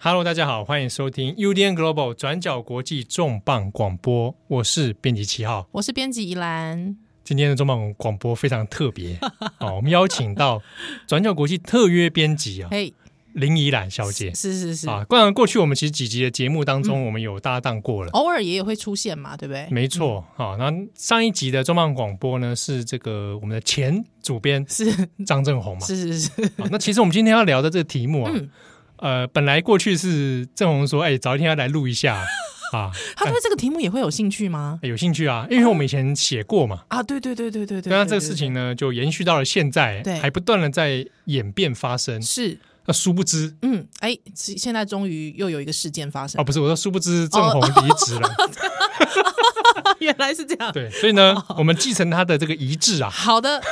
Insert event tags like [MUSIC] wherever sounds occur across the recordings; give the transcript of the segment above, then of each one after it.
Hello，大家好，欢迎收听 UDN Global 转角国际重磅广播，我是编辑七号。我是编辑宜兰，今天的重磅广播非常特 [LAUGHS] 别哦，我们邀请到转角国际特约编辑啊嘿，林怡兰小姐哎是是是，啊。当然，过去我们其实几集的节目当中，我们有搭档过了。偶尔也会出现嘛，对不对？没错，嗯好、那上一集的重磅广播呢，是这个我们的前主编 [LAUGHS] 是张正宏嘛？啊是是是，好那其实我们今天要聊的这个题目啊，嗯呃，本来过去是正宏说，哎、早一天要来录一 [LAUGHS] 下啊，他对这个题目也会有兴趣吗？有兴趣啊，因为我们以前写过嘛，啊，对对对对对对，那对哎这个事情呢就延续到了现在，对还不断的在演变发生对。是，那殊不知嗯，哎，是现在终于又有一个事件发生啊，，不是我说殊不知正宏哦离职了， [LAUGHS] 原来是这样，对，所以呢，哦我们继承他的这个遗志啊，好的，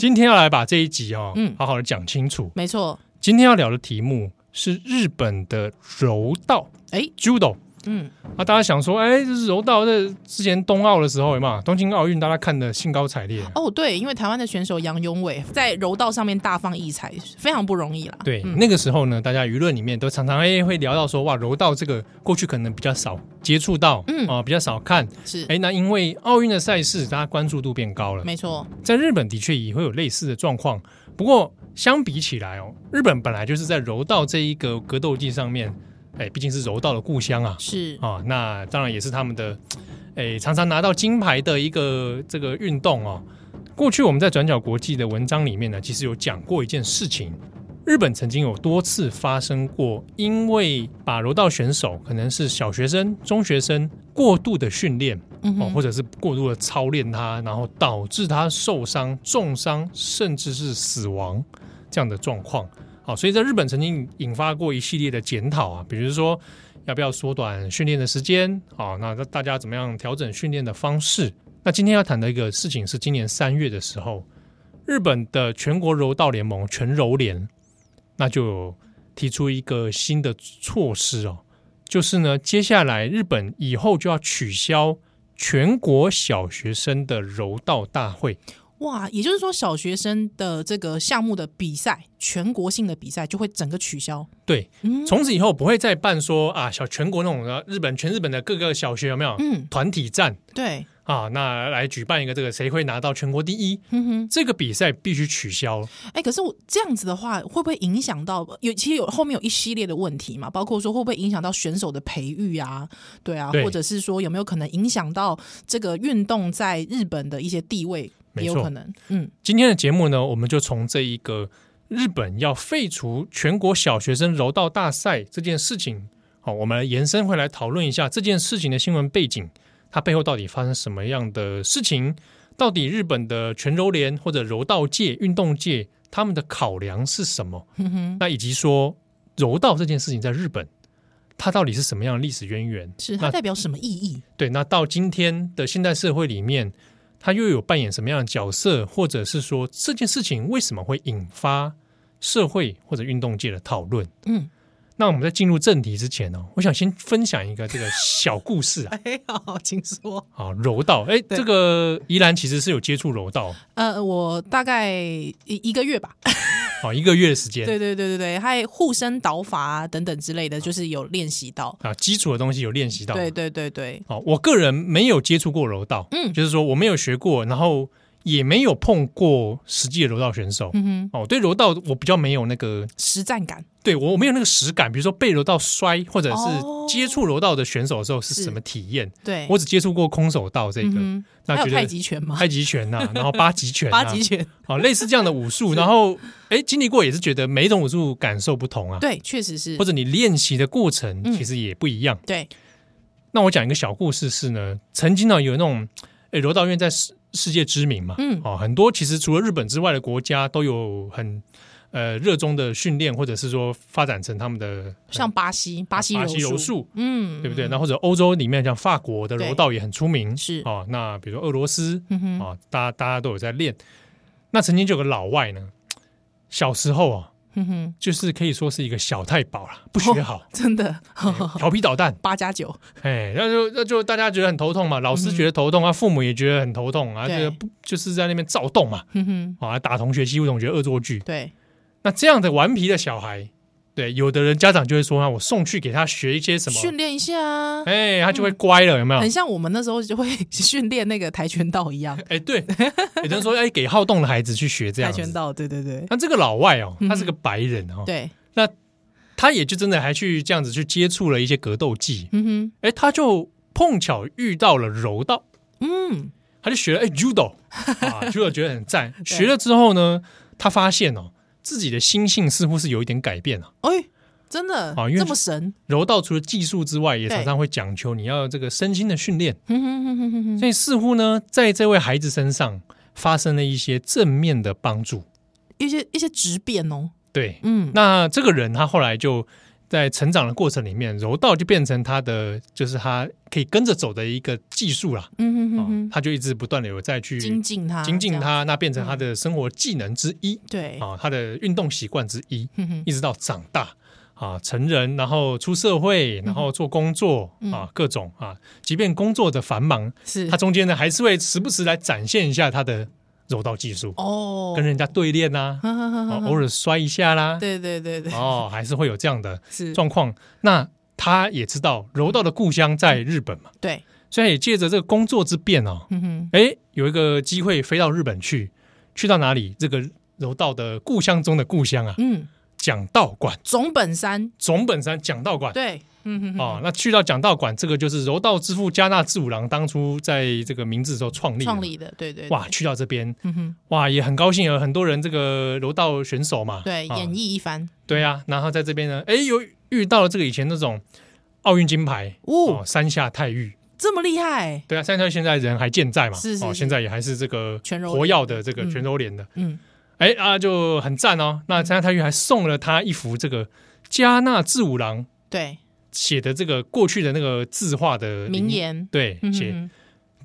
今天要来把这一集哦，嗯好好的讲清楚。没错，今天要聊的题目是日本的柔道哎， （Judo）。嗯，啊，大家想说，哎，这是柔道在之前冬奥的时候嘛，东京奥运大家看的兴高采烈，哦，对，因为台湾的选手杨永伟在柔道上面大放异彩，非常不容易啦，对，嗯那个时候呢，大家舆论里面都常常哎会聊到说，哇，柔道这个过去可能比较少接触到，嗯嗯啊、比较少看，是，哎，那因为奥运的赛事，大家关注度变高了，没错，在日本的确也会有类似的状况，不过相比起来哦，日本本来就是在柔道这一个格斗技上面，哎，毕竟是柔道的故乡啊，是啊、那当然也是他们的，诶，常常拿到金牌的一个这个运动哦。过去我们在转角国际的文章里面呢，其实有讲过一件事情，日本曾经有多次发生过，因为把柔道选手可能是小学生、中学生过度的训练嗯哦，哼，或者是过度的操练他，然后导致他受伤、重伤，甚至是死亡这样的状况。好，所以在日本曾经引发过一系列的检讨啊，比如说要不要缩短训练的时间啊，那大家怎么样调整训练的方式？那今天要谈的一个事情是，今年三月的时候，日本的全国柔道联盟全柔联，那就有提出一个新的措施哦，就是呢，接下来日本以后就要取消全国小学生的柔道大会，哇，也就是说，小学生的这个项目的比赛，全国性的比赛就会整个取消。对，嗯从此以后不会再办说啊小全国那种的日本全日本的各个小学有没有嗯，团体战对，啊？那来举办一个这个谁会拿到全国第一嗯哼哼，这个比赛必须取消，哎、可是我这样子的话，会不会影响到有？其实有后面有一系列的问题嘛，包括说会不会影响到选手的培育啊？对啊，对或者是说有没有可能影响到这个运动在日本的一些地位？没也有错可能，嗯，今天的节目呢，我们就从这一个日本要废除全国小学生柔道大赛这件事情，好，我们来延伸回来讨论一下这件事情的新闻背景，它背后到底发生什么样的事情？到底日本的全柔联或者柔道界、运动界他们的考量是什么？哼哼，那以及说柔道这件事情在日本，它到底是什么样的历史渊源？是那它代表什么意义？对，那到今天的现代社会里面，他又有扮演什么样的角色，或者是说这件事情为什么会引发社会或者运动界的讨论？嗯，，那我们在进入正题之前哦，我想先分享一个这个小故事啊哎， [LAUGHS] 好，请说。 [LAUGHS] 啊，柔道，哎，这个宜兰其实是有接触柔道，呃，我大概一一个月吧，啊，一个月的时间，对对对对对，还护身导法啊等等之类的，就是有练习到。啊，基础的东西有练习到，对对对对，好，我个人没有接触过柔道，嗯就是说我没有学过，然后也没有碰过实际的柔道选手。嗯哼，哦，对柔道我比较没有那个，实战感对我我没有那个实感，比如说被柔道摔或者哦是接触柔道的选手的时候是什么体验，对。我只接触过空手道这个，嗯哼，那还有觉得太极拳吗？太极拳呐、然后八极拳、啊、八极拳，哦，类似这样的武 [LAUGHS] 术，然后哎经历过也是觉得每一种武术感受不同啊，对，确实是或，者你练习的过程嗯其实也不一样。对，那我讲一个小故事是呢，曾经呢有那种，诶，柔道院在世世界知名嘛，嗯哦，很多其实除了日本之外的国家都有很呃热衷的训练，或者是说发展成他们的像巴西，巴西巴西柔柔，术，嗯，对不对？那或者欧洲里面像法国的对柔道也很出名，是哦，那比如说俄罗斯嗯哼，哦，大家大家都有在练。那曾经就有个老外呢，小时候啊，嗯哼，就是可以说是一个小太保了，不学 [LAUGHS] 好，真的，哎调皮捣蛋。 [LAUGHS] 八加九，哎，那就那就大家觉得很头痛嘛，老师觉得头痛啊，父母也觉得很头痛啊，嗯对这个不就是在那边躁动嘛，嗯哼，啊，打同学、欺负同学、恶作剧。对，那这样的顽皮的小孩，对，有的人家长就会说啊，我送去给他学一些什么，训练一下啊，哎，他就会乖了，有没有？很像我们那时候就会 [LAUGHS] 训练那个跆拳道一样，哎，对，有的人说，哎，给好动的孩子去学 [LAUGHS] 这跆样拳子。道，嗯对对对那这个老外哦，他是个白人哦，对，那他也就真的还去这样子去接触了一些格斗技，嗯哎，他就碰巧遇到了柔道，哼，嗯，他就学了哎 [LAUGHS] judo 啊 judo 觉得很赞， [LAUGHS] 学了之后呢，他发现哦，自己的心性似乎是有一点改变啊。哎，真的啊因为这么神，柔道除了技术之外，也对常常会讲求你要这个身心的训练，哼哼哼哼哼哼，所以似乎呢，在这位孩子身上发生了一些正面的帮助。一些一些质变哦，对，嗯，那这个人他后来就在成长的过程里面，柔道就变成他的就是他可以跟着走的一个技术啦。嗯哼啊哼哼，他就一直不断的有再去精进他，精进这样，嗯他，那变成他的生活技能之一对，啊，他的运动习惯之一，哼哼，一直到长大啊，成人，然后出社会，然后做工作啊，各种啊，即便工作的繁忙，嗯是他中间呢还是会时不时来展现一下他的柔道技术，哦，嗯跟人家对练呐，呵呵呵啊呵呵偶尔摔一下啦，对对对对，哦，还是会有这样的是，状况。那他也知道柔道的故乡在日本嘛，对，所以也借着这个工作之便哦，嗯哼，哎，有一个机会飞到日本去，去到哪里？这个柔道的故乡中的故乡啊，嗯，讲道馆，总本山，总本山讲道馆。对，嗯哼哼，哎哦，那去到讲道馆，这个就是柔道之父加纳志五郎当初在这个明治的时候创立的创立的，对对，对哇，，去到这边嗯哼，哇，也很高兴有很多人这个柔道选手嘛，对，啊演绎一番，对啊，然后在这边呢，哎，有遇到了这个以前那种奥运金牌哦哦，，山下泰裕，这么厉害，对啊，山下泰裕现在人还健在嘛，是是哦，是现在也还是这个全柔活跃的这个嗯全柔连的，嗯，哎、啊，就很赞哦。那山下泰裕还送了他一幅这个加纳志五郎对，写的这个过去的那个字画的名，言，对，嗯写哼哼，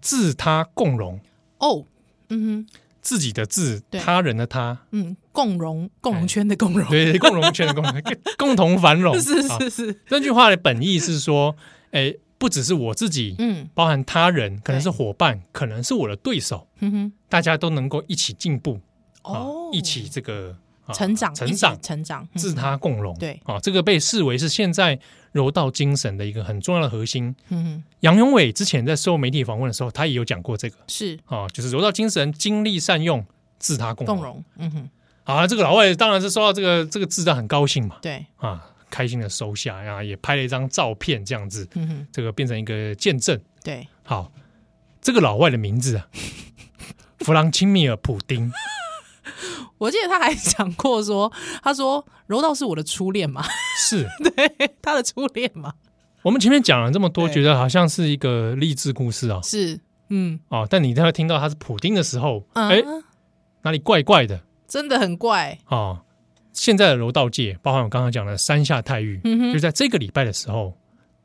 自他共荣，哦，嗯哼，自己的自，对他人的他，嗯，共荣，共哎荣圈的共荣，对，共荣圈的共荣，共同繁荣。 [LAUGHS] 是啊是是，这句话的本意是说，哎，不只是我自己，嗯包含他人，可能是伙伴，可能是我的对手，哼哼，大家都能够一起进步啊嗯哦，一起这个、啊成长，一成起长，成长，嗯自他共荣。对啊，这个被视为是现在柔道精神的一个很重要的核心。嗯哼，杨永伟之前在受媒体访问的时候，他也有讲过这个是啊，就是柔道精神精力善用，自他共共荣。荣，嗯哼，啊，这个老外当然是收到这个这个字，他很高兴嘛对，啊，开心的收下呀、也拍了一张照片，这样子，嗯哼，这个变成一个见证。对，好，这个老外的名 [LAUGHS] 字啊，弗朗钦米尔·普丁。我记得他还讲过说，他说柔道是我的初恋嘛， [LAUGHS] 是对，他的初恋嘛，我们前面讲了这么多，对觉得好像是一个励志故事啊、是，嗯哦，但你在听到他是普丁的时候，啊哎、，哪里怪怪的真的很怪，啊、哦？现在的柔道界，包含我刚刚讲的山下泰裕，嗯就哼，在这个礼拜的时候，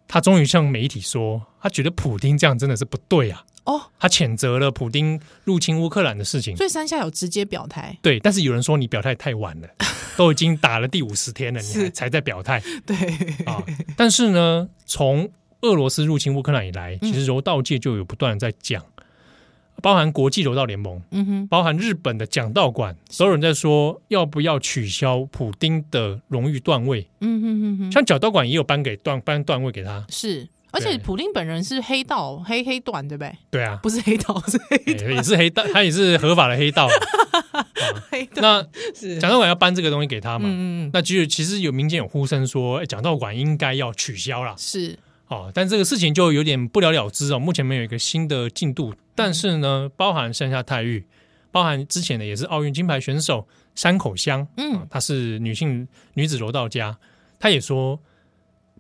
他终于向媒体说，他觉得普丁这样真的是不对啊，哦，他谴责了普丁入侵乌克兰的事情。所以山下有直接表态，对，但是有人说你表态太晚 [LAUGHS] 了，都已经打了第五十天了，你还是才在表态。 [LAUGHS] 对， [LAUGHS] 啊。但是呢，从俄罗斯入侵乌克兰以来，嗯其实柔道界就有不断的在讲，包含国际柔道联盟，嗯哼，包含日本的讲道馆，都有人在说要不要取消普丁的荣誉段位。嗯哼哼哼，像讲道馆也有颁给段颁段位给他，是。而且对普丁本人是黑道黑黑段，对不对？对啊，不是黑道， [LAUGHS] 是黑也也是黑道， [LAUGHS] 他也是合法的黑 [LAUGHS] 道。啊黑段。那是，讲道馆要颁这个东西给他嘛？嗯嗯嗯，那其实其实有民间有呼声说，哎讲道馆应该要取消啦。是哦，但这个事情就有点不了了之哦，目前没有一个新的进度。但是呢，包含山下泰裕，包含之前的也是奥运金牌选手山口香，嗯，她是女性女子柔道家，她也说，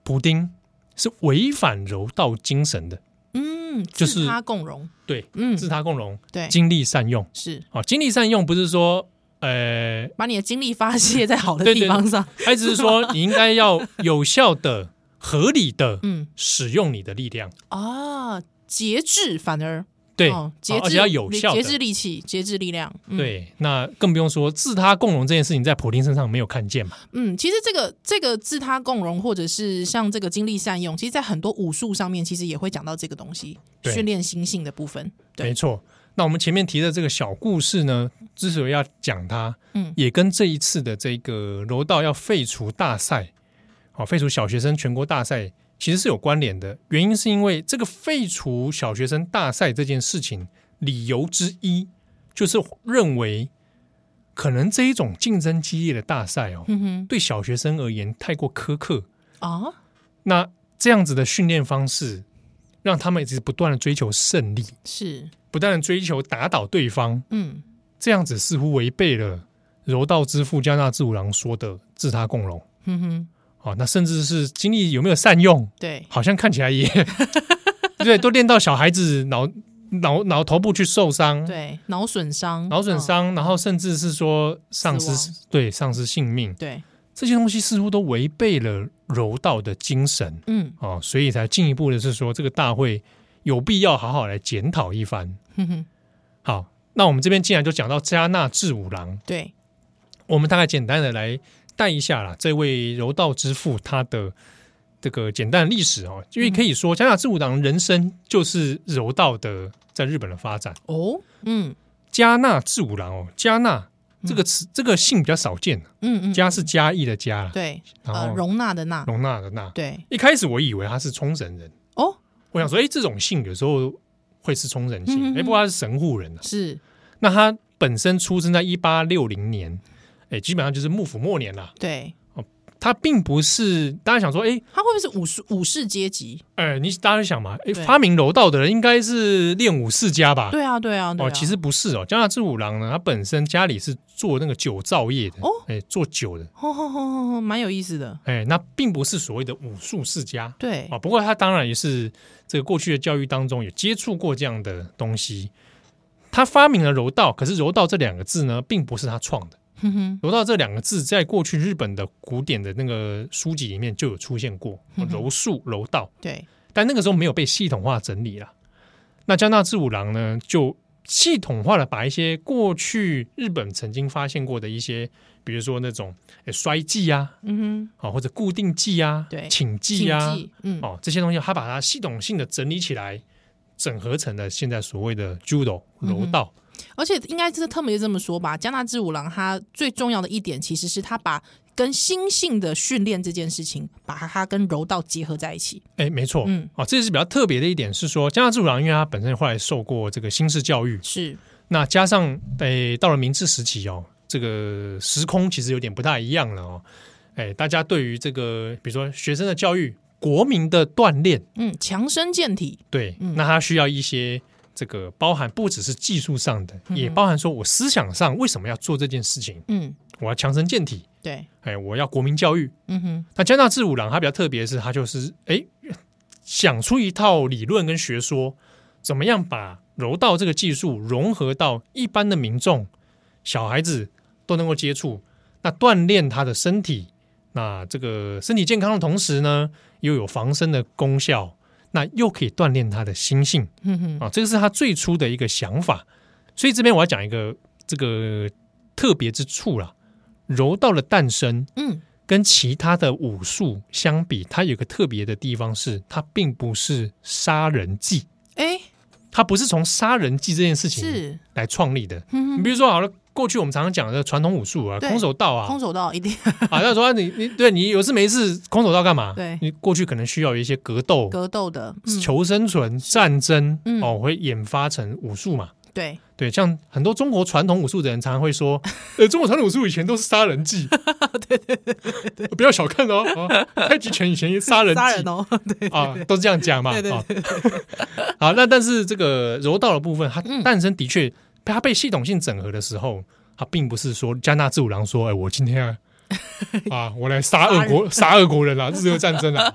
普丁是违反柔道精神的，嗯，就是自他共荣，对，嗯，自他共荣，对，精力善用是哦，精力善用不是说，呃，把你的精力发泄在好的对对地方上，还只是说你应该要有效的、合理的 [LAUGHS] 嗯使用你的力量，啊，节制反而对，哦哦节而制且要有效节的。制力气，节制力量，嗯，对，那更不用说自他共荣这件事情，在普丁身上没有看见嘛？嗯，其实这个这个自他共荣，或者是像这个精力善用，其实在很多武术上面，其实也会讲到这个东西，对训练心性的部分，对没错。那我们前面提的这个小故事呢，之所以要讲它，嗯也跟这一次的这个柔道要废除大赛，好、废除小学生全国大赛其实是有关联的。原因是因为这个废除小学生大赛这件事情，理由之一就是认为可能这一种竞争激烈的大赛哦，嗯哼对小学生而言太过苛刻，啊，那这样子的训练方式，让他们一直不断的追求胜利，是，不断的追求打倒对方，嗯这样子似乎违背了柔道之父加纳志五郎说的“自他共荣哼哼，”啊。那甚至是精力有没有善用，对，好像看起来 [LAUGHS] 也对，都练到小孩子脑脑脑头部去受伤，对，脑损伤，脑损嗯，伤，然后甚至是说丧死失对丧失性命，嗯对，这些东西似乎都违背了柔道的精神。嗯哦，所以才进一步的是说，这个大会有必要好好来检讨一番。哼哼，好，那我们这边既然就讲到加纳志五郎，对，我们大概简单的来带一下啦，这位柔道之父他的这个简单的历史哦，因为可以说加纳志五郎人生就是柔道的在日本的发展。哦，嗯加纳志五郎哦，加纳这个词、这个姓比较少见，啊嗯嗯，加是嘉义的嘉，对，然呃，后容纳的纳，容纳的纳。对，一开始我以为他是冲绳人。哦，我想说，哎、这种姓有时候会是冲绳嗯姓，嗯哎、嗯不过他是神户人啊。是，那他本身出生在一八六零年，哎、基本上就是幕府末年啦。对，他并不是大家想说，哎、他会不会是武士武士阶级？呃，你大家想嘛，哎、对发明柔道的人应该是练武世家吧？对啊，对啊，对哦，啊，其实不是哦，江大志五郎呢，他本身家里是做那个酒造业的，哦，哎、做酒的，吼，吼吼吼吼，蛮有意思的，哎、那并不是所谓的武术世家。对啊，，不过他当然也是这个过去的教育当中有接触过这样的东西。他发明了柔道，可是柔道这两个字呢，并不是他创的。哼哼，柔道这两个字在过去日本的古典的那个书籍里面就有出现过，嗯哼柔术、柔道，对，但那个时候没有被系统化整理啦。那江大志五郎呢，就系统化的把一些过去日本曾经发现过的一些，比如说那种诶摔技啊，嗯啊或者固定技啊，对请哼，技啊，谨记嗯，哦，这些东西他把它系统性的整理起来，整合成了现在所谓的 judo 柔道。而且应该是特别这么说吧，加纳志五郎他最重要的一点其实是他把跟心性的训练这件事情，把它跟柔道结合在一起。哎、没错，嗯，哦，这是比较特别的一点是说，加纳哎志五郎因为他本身后来受过这个新式教育，是，哦那加上哎到了明治时期哦，这个时空其实有点不大一样了哦。哎，大家对于这个比如说学生的教育、国民的锻炼，嗯，强身健体，对，嗯那他需要一些。这个包含不只是技术上的，也包含说我思想上为什么要做这件事情，嗯，我要强身健体，对，哎，我要国民教育。嗯哼，那加纳志五郎他比较特别的是，他就是哎想出一套理论跟学说，怎么样把柔道这个技术融合到一般的民众、小孩子都能够接触，那锻炼他的身体，那这个身体健康的同时呢，又有防身的功效，那又可以锻炼他的心性嗯哼，啊，这个是他最初的一个想法。所以这边我要讲一个这个特别之处啦，柔道的诞生。嗯，跟其他的武术相比，它有个特别的地方是，它并不是杀人技，哎，它不是从杀人技这件事情是，来创立的。嗯你哼，比如说，好了，过去我们常常讲的传统武术啊，对空手道啊空，手道一定啊， [LAUGHS] 那说啊你你对你有事没事，空手道干嘛？对你过去可能需要有一些格斗、格斗的，嗯，求生存、战争嗯哦，会研发成武术嘛。对，对，像很多中国传统武术的人常常会说， [LAUGHS] 呃，中国传统武术以前都是杀人技，对对对对不要小看哦，啊太极拳以前也是杀人技 [LAUGHS] 杀人哦，对，啊，都是这样讲嘛，对对啊， [LAUGHS] 好，那但是这个柔道的部分，它诞生的确，它被系统性整合的时候，它并不是说加纳志五郎说，哎，我今天啊。啊！我来杀俄国，杀俄国人啊啦、日俄战争啦、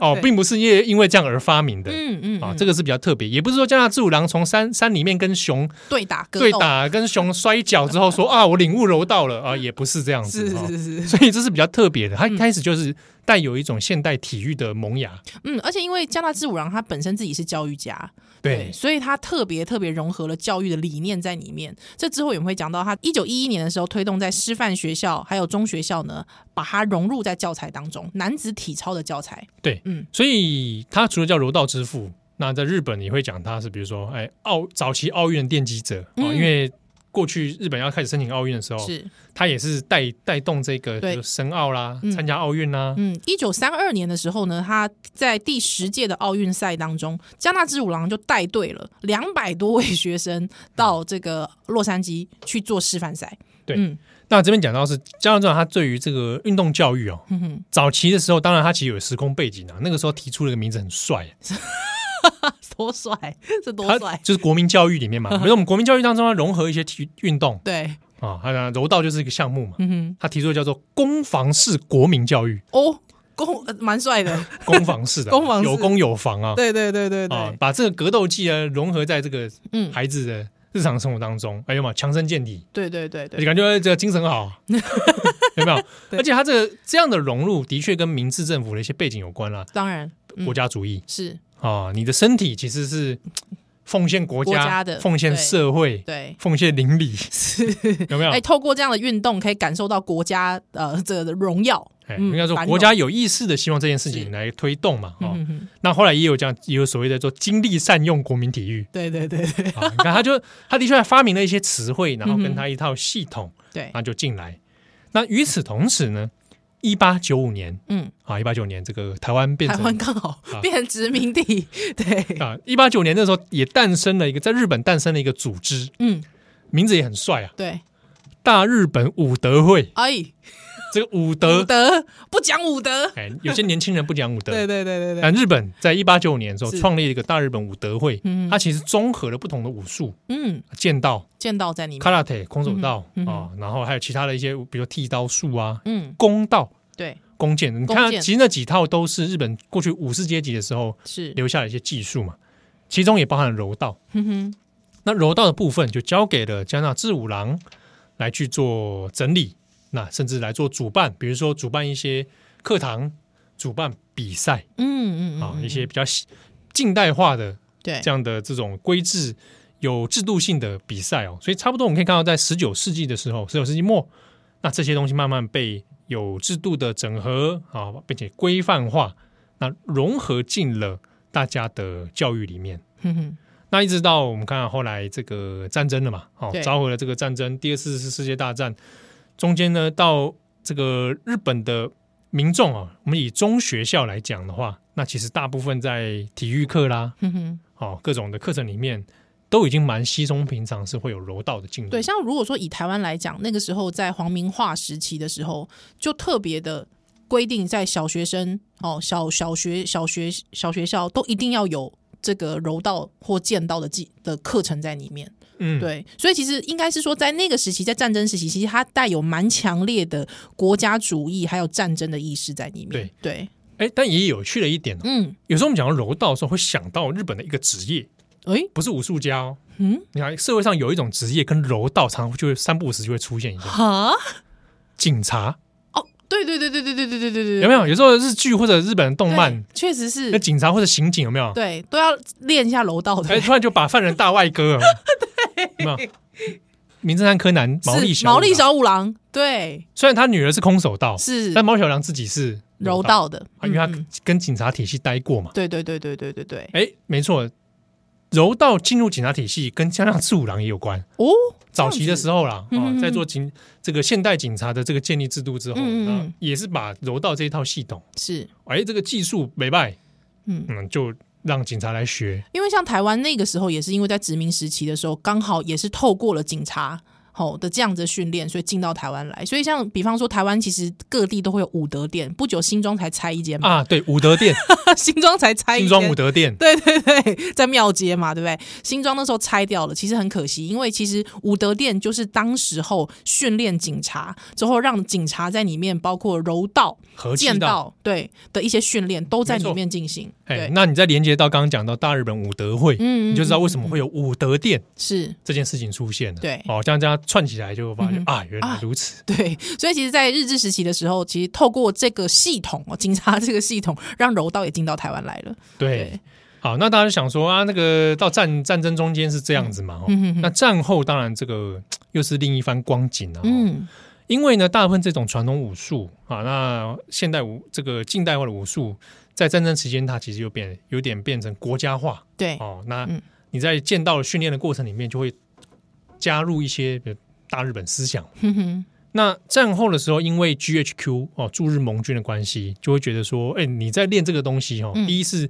哦，对并不是因因为这样而发明的嗯嗯，啊，嗯这个是比较特别，也不是说加纳志五郎从山山里面跟熊对打格对斗，打跟熊摔跤之后 [LAUGHS] 说啊，我领悟柔道了啊，也不是这样嗯是子，哦是嗯是，所以这是比较特别的。他一开始就是带有一种现代体育的萌芽，嗯，而且因为加纳志五郎他本身自己是教育家，对，所以他特别特别融合了教育的理念在里面。这之后也会讲到，他一九一一年的时候推动在师范学校还有中学校呢，把它融入在教材当中，男子体操的教材。对嗯，所以他除了叫柔道之父，那在日本你会讲他是比如说，哎，奥早期奥运的奠基者啊、哦嗯因为过去日本要开始申请奥运的时候，是，他也是带带动这个对比如申奥啦嗯，参加奥运啦，嗯，一九三二年的时候呢，他在第十届的奥运赛当中，加纳之五郎就带队了两百多位学生到这个洛杉矶去做示范赛。对嗯那这边讲到是加上这种他对于这个运动教育哦，哼哼，早期的时候，当然他其实有时空背景啊，那个时候提出了一个名字很帅，啊多帅，这多他帅！就是国民教育里面嘛， [LAUGHS] 比如我们国民教育当中要融合一些体育运动对，啊，还有柔道就是一个项目嘛，嗯他提出的叫做攻防式国民教育，哼，哦，公呃蛮 [LAUGHS] 帅的，攻防式 [LAUGHS] 的啊攻防式有攻有防啊，对对对对对，啊，把这个格斗技啊融合在这个嗯，孩子的日常生活当中，哎呦嘛，强身健体，对对对而且对，感觉哎这个精神 [LAUGHS] 好，啊有没有？对而且他这个这样的融入，的确跟明治政府的一些背景有关啦，当然嗯国家主义是啊，你的身体其实是奉献国国家家的奉献对社会， [LAUGHS] 对。奉献邻里，有没有哎、？透过这样的运动，可以感受到国家呃这个荣耀。哎，嗯应该说繁荣国家有意识的希望这件事情是来推动嘛，哦嗯，哼哼那后来也有这样，也有所谓的说精力善用国民 [LAUGHS] 体育对对对对啊。你看，他就他的确还发明了一些词汇，然后嗯跟哼他一套系统，对，那就进来。那与此同时呢，一八九五年嗯，啊，一八九年这个台湾变台湾成刚好啊变成殖民地，对，啊，一八九年那时候也诞生了一个在日本诞生了一个组织，嗯，名字也很帅啊，对，大日本武德会。哎，这个武武德，德不讲武德，哎，有些年轻人不讲武德，对对对对对，但日本在一八九五年的时候是创立了一个大日本武德会，嗯它其实综合了不同的武术，嗯，剑道、剑道在里面， karate 空手道啊、嗯嗯哼嗯哼然后还有其他的一些，比如剃刀术啊、嗯，弓道、对，弓箭。你弓看，箭其实那几套都是日本过去武士阶级的时候是，留下的一些技术嘛，其中也包含了柔道。哼哼，那柔道的部分就交给了加纳志五郎来去做整理，那甚至来做主办，比如说主办一些课堂、主办比赛嗯嗯嗯啊，嗯，一些比较西近代化的对这样的这种规制、有制度性的比赛哦。所以差不多我们可以看到，在十九世纪的时候，十九世纪末，那这些东西慢慢被有制度的整合啊，并且规范化，那融合进了大家的教育里面。哼哼，那一直到我们看到后来这个战争了嘛，哦对，召回了这个战争，第二次世界大战中间呢，到这个日本的民众啊，我们以中学校来讲的话，那其实大部分在体育课啦，哼哼，哦，各种的课程里面，都已经蛮稀松平常是会有柔道的进入。对，像如果说以台湾来讲，那个时候在皇明化时期的时候，就特别的规定，在小学生哦，小小学、小学、小学校都一定要有这个柔道或剑道的技的课程在里面。嗯，对，所以其实应该是说，在那个时期，在战争时期，其实它带有蛮强烈的国家主义还有战争的意识在里面。对，哎，但也有趣的一点哦，嗯，有时候我们讲到柔道的时候，会想到日本的一个职业，诶，不是武术家哦。嗯，你看社会上有一种职业跟柔道常常就会三不五时就会出现一下，哈，警察哦，对对对对对对对对对对，有没有？有时候日剧或者日本的动漫对，，确实那是，警察或者刑警有没有？对，都要练一下柔道的哎，。突然就把犯人大外哥， [LAUGHS] 对，有没有？名侦探柯南毛利是小五毛利郎，小五郎，对，虽然他女儿是空手道，是但毛小五郎自己是柔道的，啊，因为他嗯嗯跟警察体系待过嘛。对对对对对对对，哎，没错，柔道进入警察体系跟加上次五郎也有关。哦，早期的时候啦，嗯啊嗯，嗯在做警这个现代警察的这个建立制度之后，哦嗯嗯嗯那也是把柔道这一套系统，是，哎，这个技术没败，嗯，嗯，就让警察来学。因为像台湾那个时候也是因为在殖民时期的时候，刚好也是透过了警察。吼的这样子的训练，所以进到台湾来。所以像比方说，台湾其实各地都会有武德殿，不久新庄才拆一间嘛，啊，对，武德 [LAUGHS] 殿，新庄才拆一新间，庄武德殿， [LAUGHS] 对对对，在庙街嘛，对不对？新庄那时候拆掉了，其实很可惜，因为其实武德殿就是当时候训练警察之后，让警察在里面包括柔道、和气剑道。道对的一些训练都在没错里面进行。哎对，，那你再连接到刚刚讲到大日本武德会，嗯你就知道为什么会有武德殿是这件事情出现了。对哦，这样这样串起来就发现嗯哼啊，原来啊如此。对，所以其实，在日治时期的时候，其实透过这个系统哦，警察这个系统，让柔道也进到台湾来了。对，对，好，那大家就想说啊，那个到战战争中间是这样子嘛？哦，嗯哼那哼战后当然这个又是另一番光景啊。嗯，嗯因为呢，大部分这种传统武术啊，那现代武这个近代化的武术，在战争期间，它其实又变有点变成国家化对，哦。那嗯你在剑道的训练的过程里面，就会加入一些比如大日本思想。哼哼，那战后的时候，因为 GHQ 哦驻日盟军的关系，就会觉得说，哎、你在练这个东西哦，嗯第一是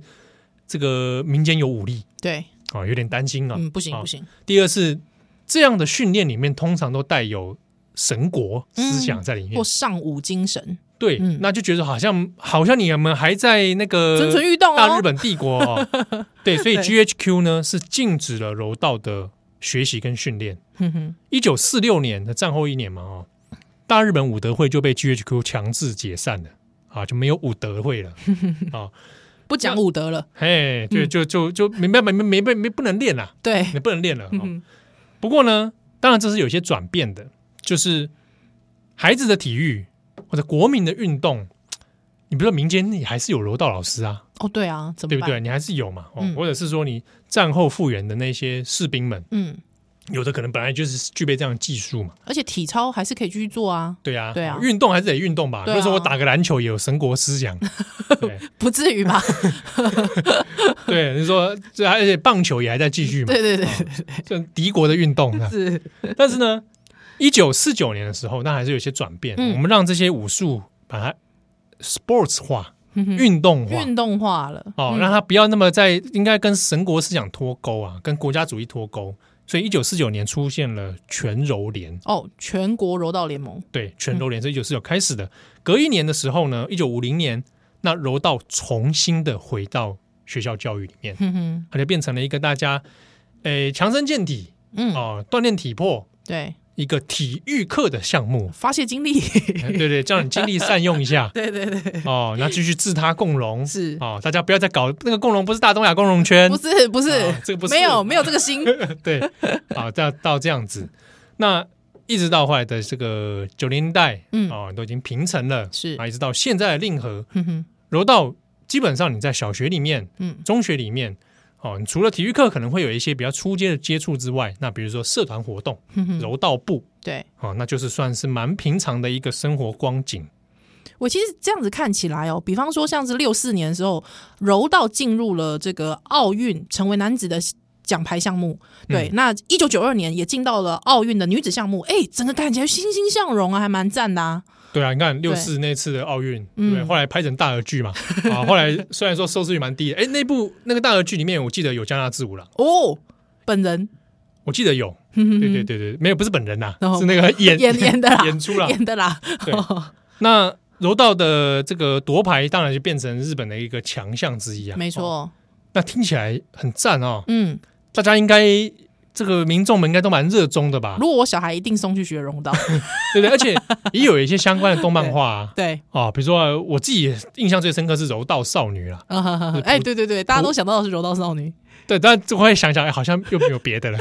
这个民间有武力对，啊、哦，有点担心啊；嗯，不行啊不行，第二是这样的训练里面通常都带有神国思想在里面，或尚武精神，对，嗯那就觉得好像好像你们还在那个 [LAUGHS] 蠢蠢欲呃动大日哦，本帝国、 [LAUGHS] 哦，对，所以对 GHQ 呢是禁止了柔道的学习跟训练。哼哼，一九四六年的战后一年嘛，哦，大日本武德会就被 GHQ 强制解散了啊，就没有武德会 [LAUGHS] 了啊，不讲武德了，嘿，就嗯就就就没办法，没没没没不能练啦，对，你不能练了、嗯哦。哼，不过呢，当然这是有一些转变的，就是孩子的体育或者国民的运动，你比如说民间你还是有柔道老师啊，哦对啊，怎么对办？不对？你还是有嘛，哦嗯或者是说你战后复原的那些士兵们，嗯，有的可能本来就是具备这样的技术嘛。而且体操还是可以继续做啊，对啊，对啊运动还是得运动吧。比对啊如说我打个篮球也有神国思想， [LAUGHS] 对不至 [LAUGHS] 于吧？对，你说这而且棒球也还在继续嘛，对对对，这敌国的运动啊。 [LAUGHS] 是，但是呢，一九四九年的时候，那还是有些转变，啊嗯我们让这些武术把它 sports 化、嗯哼哼运动化。运嗯动化了，哦，让它不要那么在应该跟神国思想脱钩啊，跟国家主义脱钩。所以，一九四九年出现了全柔联，哦，全国柔道联盟，对，全柔联是一九四九开始的。隔一年的时候呢，一九五零年，那柔道重新的回到学校教育里面，哼哼，它就变成了一个大家，诶，强身健体嗯，哦、锻炼体魄对，。一个体育课的项目 [LAUGHS] 发泄精力，哎对对，叫你精力善用一 [LAUGHS] 下对对对，哦，然后继续自他共荣是，哦，大家不要再搞那个共荣，不是大东亚共荣圈不，是不是啊，这个不是没有没有这个心， [LAUGHS] 对，啊，到到这样子，那一直到后来的这个九零年代，嗯啊，都已经平成了，是啊，一直到现在的令和哼哼，柔道，基本上你在小学里面、嗯中学里面，哦，你除了体育课可能会有一些比较初阶的接触之外，那比如说社团活动、哼哼，柔道部，对。哦，那就是算是蛮平常的一个生活光景。我其实这样子看起来哦，比方说像是六四年的时候，柔道进入了这个奥运，成为男子的奖牌项目。嗯对，那一九九二年也进到了奥运的女子项目，哎、整个感觉欣欣向荣啊，还蛮赞的啊。对啊，你看六四那次的奥运，对嗯不对？后来拍成大合剧嘛，啊，后来虽然说收视率蛮低的，哎，那部那个大合剧里面，我记得有加纳之舞了，哦，本人我记得有，对对对对，没有不是本人呐、然后是那个演嗯哦演演的 [LAUGHS] 啦，演出啦。 [LAUGHS] 演的啦。对哦那柔道的这个夺牌当然就变成日本的一个强项之一啊，没错，哦那听起来很赞哦，嗯，大家应该这个民众们应该都蛮热衷的 [LAUGHS] 吧，如果我小孩一定送去 [LAUGHS] 学柔道，对不对？而且也有一些相关的动漫画啊， [LAUGHS] 对，啊比如说呃我自己印象最深刻是柔道少女啦，嗯哼哼哼哎、对对对，大家都想到的是柔道少女，对，但我会想想，哎，好像又没有别 [LAUGHS] 的了。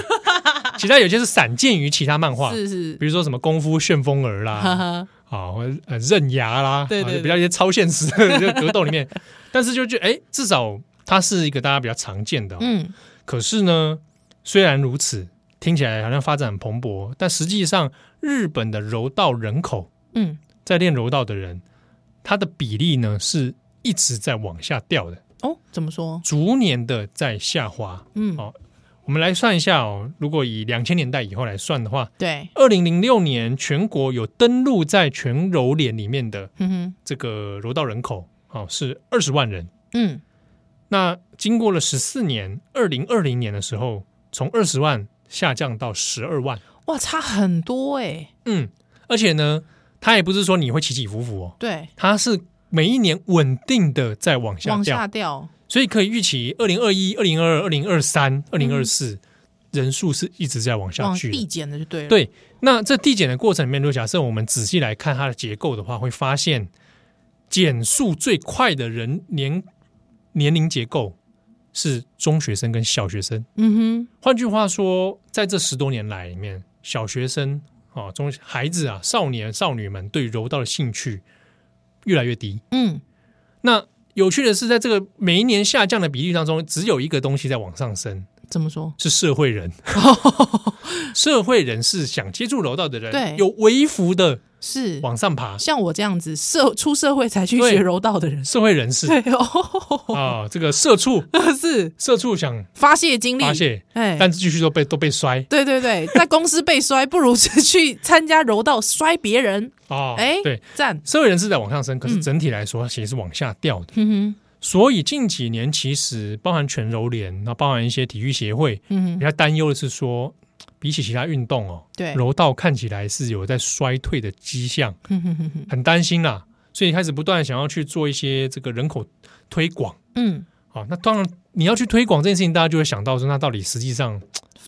其他有些是散见于其他漫画，是是，比如说什么功夫旋风儿哈 [LAUGHS] 啦，哈，啊，或者呃刃牙啦，对对啊就对比较一些超现实的 [LAUGHS] 这个格斗里面，但是就觉得哎，至少它是一个大家比较常见的哦、嗯，可是呢，虽然如此，听起来好像发展很蓬勃，但实际上日本的柔道人口，嗯，在练柔道的人，他的比例呢是一直在往下掉的，哦，怎么说？逐年的在下滑。嗯好，我们来算一下哦，如果以两千年代以后来算的话，对，二零零六年全国有登录在全柔联里面的哼嗯哼，这个柔道人口，哦是二十万人。嗯，那经过了十四年，二零二零年的时候，从二十万下降到十二万。哇，差很多哎、嗯，而且呢，它也不是说你会起起伏伏哦，对，它是每一年稳定的在往下往掉，下掉，所以可以预期二零二一、二零二二、二零二三、二零二四人数是一直在往下嗯往去的递。减的就对了。对，那这递减的过程里面，如果假设我们仔细来看它的结构的话，会发现减速最快的人年年龄结构是中学生跟小学生。嗯换句话说，在这十多年来里面，小学生啊、中孩子啊、少年少女们对柔道的兴趣越来越低。哼，嗯，那有趣的是，在这个每一年下降的比例当中，只有一个东西在往上升，怎么说？是社会 [LAUGHS] 人，社会人是想接触柔道的人，对有微服的是往上爬，像我这样子社出社会才去对学柔道的人， [LAUGHS] 社会人士对哦，啊，这个社畜，是社畜想发泄精力，发泄，哎，但是继续都被都被摔对对对，在公司被摔，不如是去参加柔道摔别人，啊，哎对，赞，社会人士在往上升，可是嗯整体来说，它其实是往下掉的。哼哼，所以近几年其实包含全柔联，那包含一些体育协会，嗯比哼，较担忧的是说，比起其他运动哦，对，柔道看起来是有在衰退的迹象，哼哼哼哼，很担心啦。所以开始不断地想要去做一些这个人口推广嗯，啊。那当然，你要去推广这件事情，大家就会想到说，那到底实际上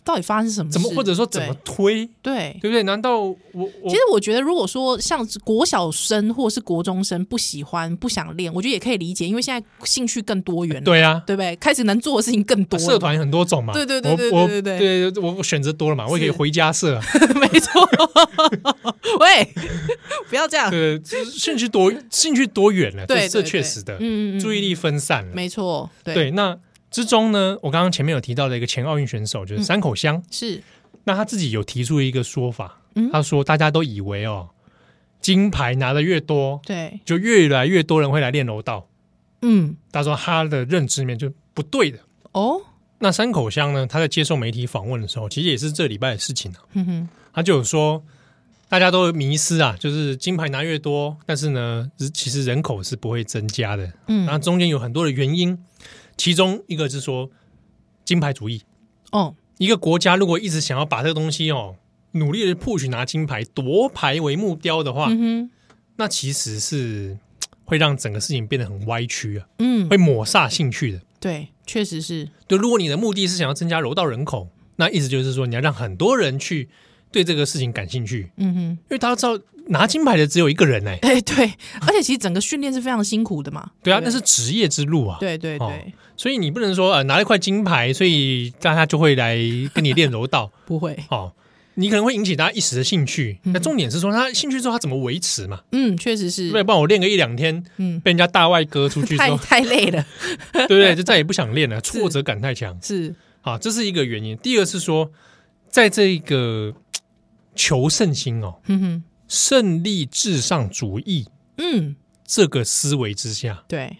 到底发生什么事？怎么，或者说怎么推，对？对对不对？难道我我其实我觉得，如果说像国小生或是国中生不喜欢、不想练，我觉得也可以理解，因为现在兴趣更多元了，对啊？对不对？开始能做的事情更多啊了，社团很多种嘛，对对对我对我对对对对，我我选择多了嘛，我也可以是回家社 [LAUGHS] 啊，没错。喂，不要这样，对，就是兴趣多兴趣多远了，对，这这对确实的，嗯嗯，嗯注意，力分散了，没错，对，对，那之中呢，我刚刚前面有提到的一个前奥运选手嗯就是山口香，是，那他自己有提出一个说法，嗯他说大家都以为哦，金牌拿的越多，对，就越来越多人会来练柔道。嗯，他说他的认知面就不对的。哦，那山口香呢，他在接受媒体访问的时候，其实也是这礼拜的事情啊，哼嗯哼，他就有说。大家都迷失啊，就是金牌拿越多，但是呢，其实人口是不会增加的。那嗯，中间有很多的原因，其中一个是说金牌主义，哦，一个国家如果一直想要把这个东西哦，努力的 push 拿金牌、夺牌为目标的话，嗯那其实是嘖会让整个事情变得很歪曲啊，哼，嗯，会抹煞兴趣的。对，确实是，就如果你的目的是想要增加柔道人口，那意思就是说你要让很多人去对这个事情感兴趣，因嗯哼。为大家知道拿金牌的只有一个人哎、 [LAUGHS] 哎，对，而且其实整个训练是非常辛苦的嘛。对啊，不那是职业之路啊，对对哦对，所以你不能说呃拿了一块金牌，所以大家就会来跟你练柔道不会，哦。你可能会引起大家一时的兴趣，那重点是说他兴趣之后他怎么维持嘛？嗯，确实是对不，对？不然我练个一两天，嗯，被人家大外割出去之太后， [LAUGHS] 太累了，对不对？就再也不想练了，挫折感太强 [LAUGHS] 是，啊，这是一个原因。第二是说，在这个嘖求胜心哦，哼哼，胜利至上主义嗯，这个思维之下，对，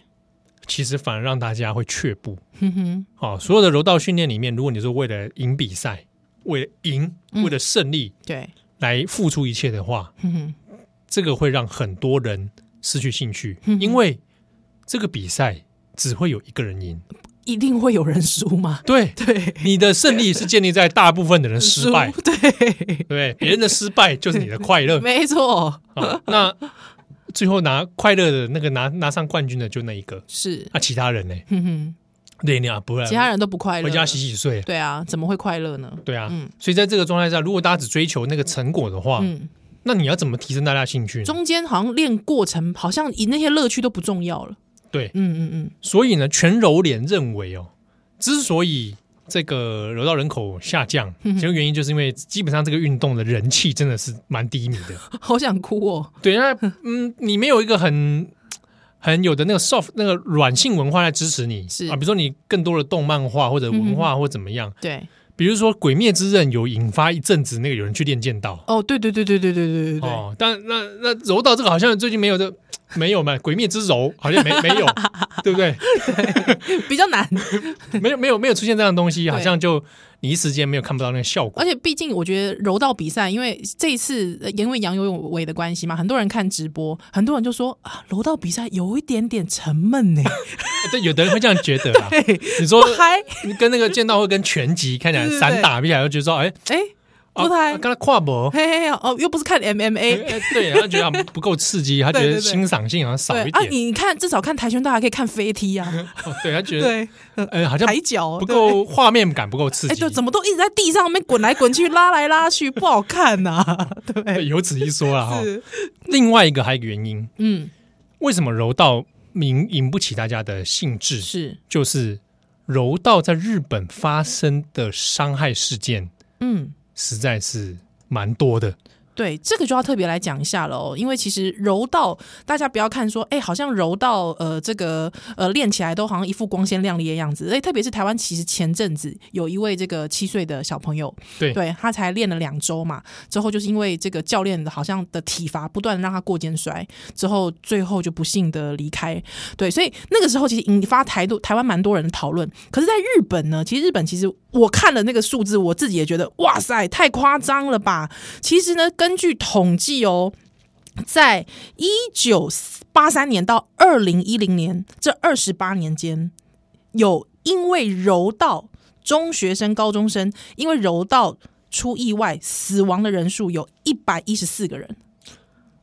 其实反而让大家会却步哼哼，啊。所有的柔道训练里面，如果你是为了赢比赛、为了赢、嗯为了胜利对，来付出一切的话，哼哼，这个会让很多人失去兴趣，嗯哼因为这个比赛只会有一个人赢。一定会有人输嘛？对，对，你的胜利是建立在大部分的人失败， [LAUGHS] 输对，对不对？别人的失败就是你的快乐 [LAUGHS] 没错，啊。那最后拿快乐的那个拿拿上冠军的就那一个，是，那、其他人呢？哼哼，对，你啊，不然其他人都不快乐，嗯回家洗洗睡。对啊，怎么会快乐呢？对啊，嗯所以在这个状态下，如果大家只追求那个成果的话，嗯，那你要怎么提升大家兴趣呢？中间好像练过程，好像以那些乐趣都不重要了。对，嗯嗯 [LAUGHS] 嗯，所以呢，全柔联认为哦，之所以这个柔道人口下降，嗯哼其中原因就是因为基本上这个运动的人气真的是蛮低迷的。好想哭哦。对，那嗯，你没有一个很很有的那个 soft 那个软性文化来支持你，是嗯啊，比如说你更多的动漫化或者文化或怎么样，对，比如说《鬼灭之刃》有引发一阵子那个有人去练剑道。哦，对对对对对对对对对，哦，但那那柔道这个好像最近没有的，没有嘛，《鬼灭之柔》好像没没 [LAUGHS] 有，对不对？比较难， [LAUGHS] 没有没有没有出现这样的东西，对好像就你一时间没有看不到那个效果 [LAUGHS] 而。且毕竟我觉得柔道比赛，因为这一次呃因为杨永伟的关系嘛，很多人看直播，很多人就说啊，柔道比赛有一点点沉 [LAUGHS] 闷呢、对，有的人会这样觉得啦。嘿你说不嗨，你跟那个剑道会跟拳击看起来对对对散打比起来，就觉得说，哎，啊哎、不太跟他跨博，嘿嘿哦，又不是看 [LAUGHS] MMA，哎对，他觉得他不够刺激，他觉对得对对欣赏性好像少对一啊，点，你看至少看跆拳道还可以看飞踢 [LAUGHS] 啊，哦对他觉得对，呃好像抬脚不。对够画面感不够刺哎，激对，。怎么都一直在地上面滚来滚去、拉来拉去，不好看呐、[LAUGHS] 对不对？有此一说 [LAUGHS] 啦哈。是，另外一个还有一个原因，嗯，为什么柔道引引不起大家的兴致，是，就是柔道在日本发生的伤害事件嗯，实在是蛮多的。对，这个就要特别来讲一下了哦，因为其实柔道，大家不要看说，哎，好像柔道，呃，这个呃练起来都好像一副光鲜亮丽的样子，哎，特别是台湾，其实前阵子有一位这个七岁的小朋友，对对他才练了两周嘛，之后就是因为这个教练的好像的体罚，不断地让他过肩摔，之后最后就不幸的离开，对，所以那个时候其实引发台度台湾蛮多人的讨论，可是，在日本呢，其实日本其实我看了那个数字，我自己也觉得，哇塞，太夸张了吧，其实呢，根据统计哦，在一九八三年到二零一零年这二十八年间，有因为柔道中学生、高中生因为柔道出意外死亡的人数有一百一十四个人。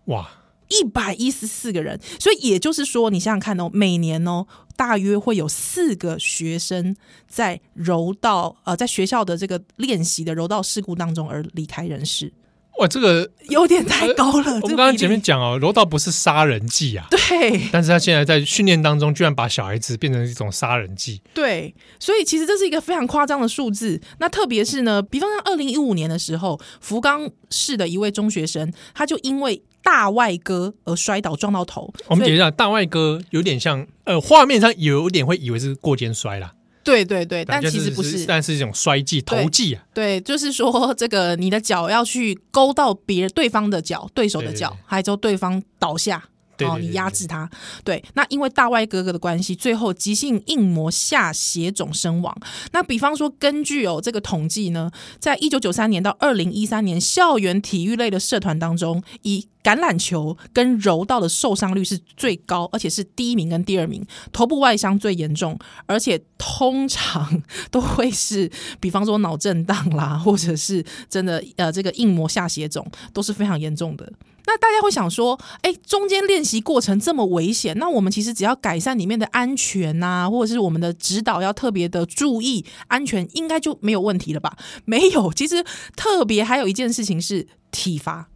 哇，一百一十四个人，所以也就是说，你想想看哦，每年哦，大约会有四个学生在柔道呃，在学校的这个练习的柔道事故当中而离开人世。哇，这个有点太高了。呃我哎这个们刚刚比前例面讲哦，柔道不是杀人技啊，对但是他现在在训练当中，居然把小孩子变成一种杀人技。对，所以其实这是一个非常夸张的数字。那特别是呢，比方像二零一五年的时候，福冈市的一位中学生，他就因为大外哥而摔倒撞到头，我们解所释以一下，大外哥有点像，呃，画面上有点会以为是过肩摔啦，对对对，但就其实不是，但是一种摔技、对投技啊。对，就是说 [LAUGHS] 这个你的脚要去勾到别人对方的脚，对手的对对脚对，还有之后对方倒下。对对哦，你对压对制他，对，那因为大外哥哥的关系，最后急性硬膜下血肿身亡。那比方说，根据哦这个统计呢，在一九九三年到二零一三年，校园体育类的社团当中，以橄榄球跟柔道的受伤率是最高，而且是第一名跟第二名，头部外伤最严重，而且通常都会是，比方说脑震荡啦，或者是真的呃这个硬膜下血肿，都是非常严重的。那大家会想说，哎，中间练习过程这么危险，那我们其实只要改善里面的安全呐、或者是我们的指导要特别的注意安全，应该就没有问题了吧？没有，其实特别还有一件事情是体罚，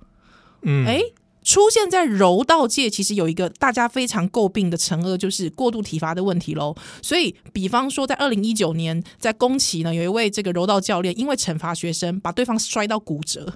嗯，哎、出现在柔道界，其实有一个大家非常诟病的惩恶，就是过度体罚的问题喽。所以，比方说，在二零一九年，在宫崎呢，有一位这个柔道教练，因为惩罚学生，把对方摔到骨折，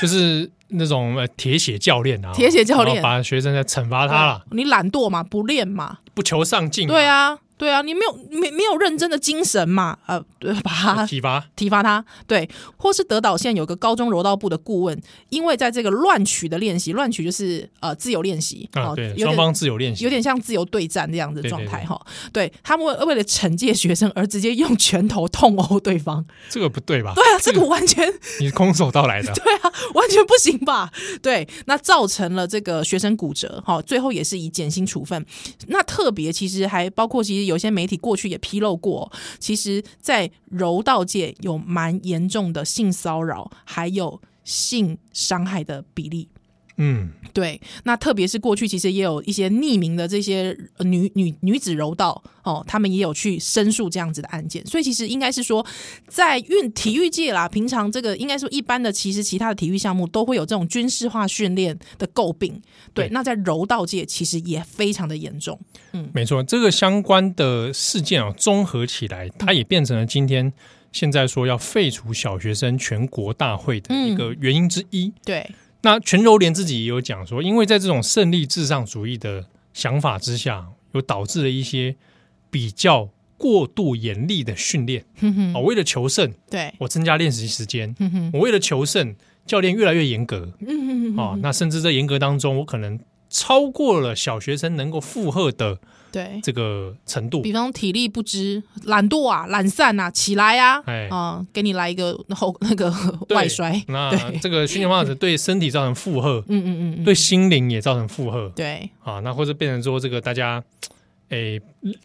就是那种呃铁血教练啊，铁血教然练后把学生在惩罚他啦，哦你懒惰嘛，不练嘛，不求上进、对，啊，对啊，你没有没没有认真的精神嘛，呃，对把他体罚体罚他，对，或是德岛县有个高中柔道部的顾问，因为在这个乱曲的练习，乱曲就是呃自由练习啊，哦对，有双点方自由练习，有点像自由对战这样子的对对状对态哈。对他们为为了惩戒学生而直接用拳头痛殴对方，这个不对吧？对啊，这个完全你是空手道来的啊， [LAUGHS] 对啊，完全不行吧？对，那造成了这个学生骨折，哈，最后也是以减薪处分。那特别其实还包括，其实有些媒体过去也披露过，其实，在柔道界有蛮严重的性骚扰，还有性伤害的比例。嗯，对，那特别是过去其实也有一些匿名的这些呃女女女子柔道哦，他们也有去申诉这样子的案件，所以其实应该是说，在运体育界啦，平常这个应该说一般的，其实其他的体育项目都会有这种军事化训练的诟病，对，对那在柔道界其实也非常的严重，没错，这个相关的事件啊，综合起来，它也变成了今天现在说要废除小学生全国大会的一嗯个原因之一。对，那全柔联自己也有讲说，因为在这种胜利至上主义的想法之下，有导致了一些比较过度严厉的训练嗯哼啊、哼，为了求胜，对，我增加练习时间；哼哼，我为了求胜，教练越来越严格嗯哼哼啊、哼，那甚至在严格当中，我可能超过了小学生能够负荷的对。这个程度。比方体力不支、懒惰啊、懒散啊，起来啊，啊、哎给你来一个后那个对外摔，那对这个训练方式对身体造成负荷，嗯嗯 [LAUGHS] 嗯嗯，对心灵也造成负荷对，啊。那或者变成说这个大家，诶、力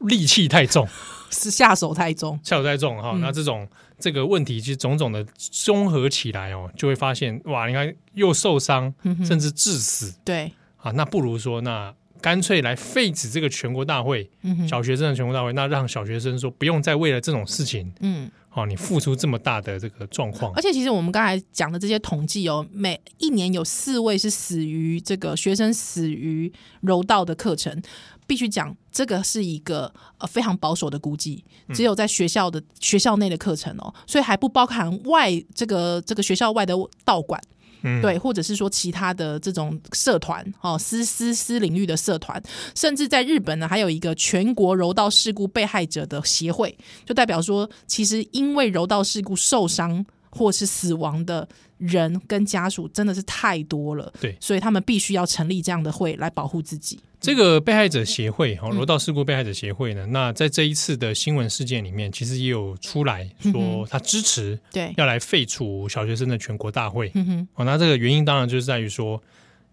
戾气太重，是下手太重。下手太重哈。嗯那这种这个问题，其实种种的综合起来哦，就会发现哇，你看又受伤，嗯哼甚至致死对，啊。那不如说，那干脆来废止这个全国大会，嗯哼，小学生的全国大会，那让小学生说不用再为了这种事情，嗯，哦，你付出这么大的这个状况而，且其实我们刚才讲的这些统计哦，每一年有四位是死于这个学生死于柔道的课程，必须讲这个是一个呃非常保守的估计，嗯只有在学校的学校内的课程哦，所以还不包含外这个这个学校外的道馆。嗯，对，或者是说其他的这种社团哦，私私私领域的社团，甚至在日本呢，还有一个全国柔道事故被害者的协会，就代表说，其实因为柔道事故受伤或是死亡的人跟家属真的是太多了，对所以他们必须要成立这样的会来保护自己。这个被害者协会嗯哦，柔道事故被害者协会呢，那在这一次的新闻事件里面，其实也有出来嗯说他支持对，要来废除小学生的全国大会嗯哼，哦。那这个原因当然就是在于说，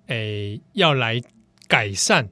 诶，要来改善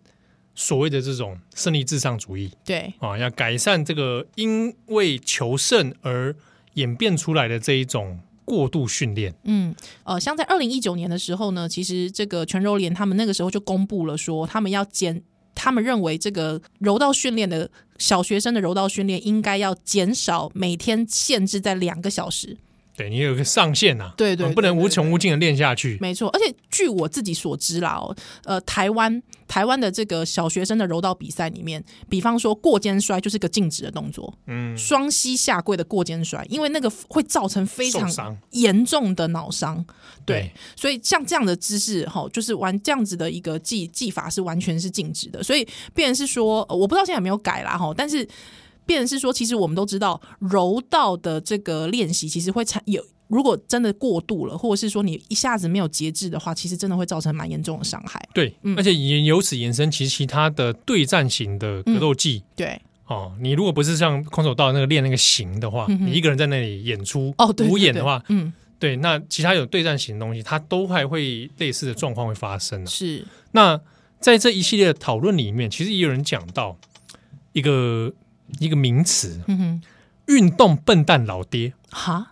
所谓的这种胜利至上主义对，啊、要改善这个因为求胜而演变出来的这一种过度训练。嗯，呃，像在二零一九年的时候呢，其实这个全柔联他们那个时候就公布了说，他们要减，他们认为这个柔道训练的小学生的柔道训练应该要减少，每天限制在两个小时。对你有一个上限呐、啊，对对不能对对无穷无尽的练下去。没错，而且据我自己所知啦，哦，呃，台湾台湾的这个小学生的柔道比赛里面，比方说过肩摔就是个禁止的动作，嗯，双膝下跪的过肩摔，因为那个会造成非受常伤，严重的脑伤。对，所以像这样的姿势，哈，就是玩这样子的一个技技法是完全是禁止的。所以，变成是说，呃我不知道现在有没有改啦，哈，但是变成是说，其实我们都知道柔道的这个练习其实会产有。如果真的过度了，或者是说你一下子没有节制的话，其实真的会造成蛮严重的伤害。对，而且也由此延伸，其实其他的对战型的格斗技、对，哦，你如果不是像空手道那个练那个型的话，你一个人在那里演出嗯哦，对，无对演的话，，对嗯，对，那其他有对战型的东西，它都还会类似的状况会发生啊。是，那在这一系列的讨论里面，其实也有人讲到一个一个名词嗯哼， “运动笨蛋老爹哈”，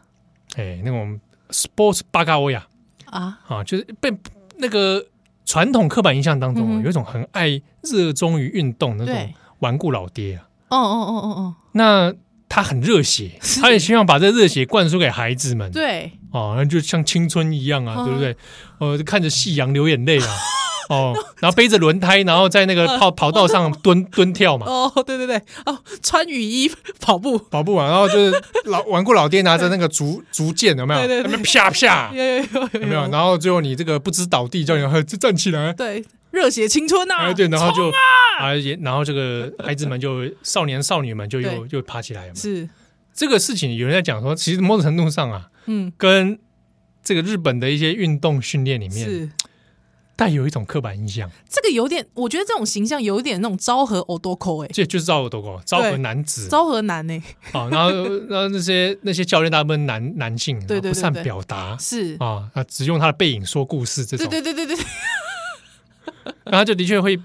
哎，那种 sports 巴嘎欧亚啊，啊，就是被那个传统刻板印象当中、嗯啊，哼有一种很爱热衷于运动的那种对顽固老爹啊。哦哦哦哦哦，那他很热血，是他也希望把这热血灌输给孩子们，对，哦，那就像青春一样啊，嗯对不对？呃，看着夕阳流眼泪 [LAUGHS] 啊，哦，然后背着轮胎，然后在那个跑跑道 [LAUGHS] 上蹲蹲跳嘛，呃哦，对对对，哦，穿雨衣跑步，跑步完，然后就是老玩过老爹拿着那个 [LAUGHS] 竹竹剑，有没有？对对对那边啪啪 [LAUGHS] 有，有有有啊有没有？然后最后你这个不知倒地，叫你呵就站起来，对，热血青春呐、哎对，然后就啊也，然后这个孩子们就少年少女们就又对又爬起来了嘛。是，这个事情有人在讲说，其实某种程度上啊，嗯，跟这个日本的一些运动训练里面是带有一种刻板印象，这个有点，我觉得这种形象有一点那种昭和 o d o k o 哎、这就是昭和多狗昭和男子昭和男哎、啊，然后 [LAUGHS] 然后那些那些教练大部分男男性，然对后对不善对对表达是，啊，啊只用他的背影说故事这对种，对对对对，然后就的确会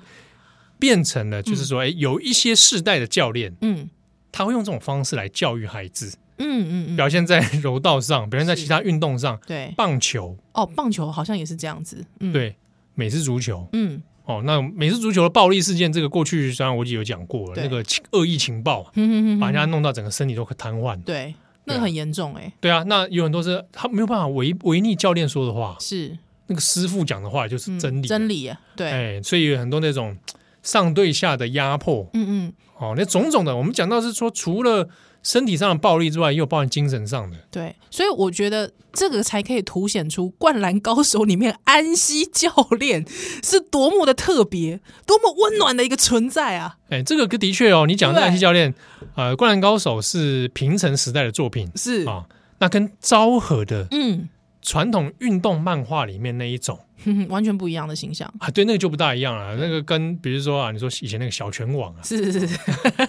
变成了，就是说，哎，有一些世代的教练嗯他会用这种方式来教育孩子，嗯嗯嗯，表现在柔道上，表现在是其他运动上，对，棒球哦，棒球好像也是这样子，嗯，，对，美式足球。嗯哦，那美式足球的暴力事件，这个过去虽然我也有讲过了，对那个情恶意情报啊，哼哼哼哼把人家弄到整个身体都快瘫痪。对，那个很严重哎、对啊，那有很多是他没有办法违违逆教练说的话，是、那个师傅讲的话就是嗯真理，真理、啊，对，哎，所以有很多那种上对下的压迫，嗯嗯，哦，那种种的，我们讲到是说，除了身体上的暴力之外，也有包含精神上的。对，所以我觉得这个才可以凸显出《灌篮高手》里面安西教练是多么的特别，多么温暖的一个存在啊！哎，这个的确哦，你讲的对安西教练，呃，《灌篮高手》是平成时代的作品是，啊、那跟昭和的嗯，传统运动漫画里面那一种。哼哼，完全不一样的形象。啊，对，那个就不大一样了。那个跟比如说啊，你说以前那个小拳王啊，是是是，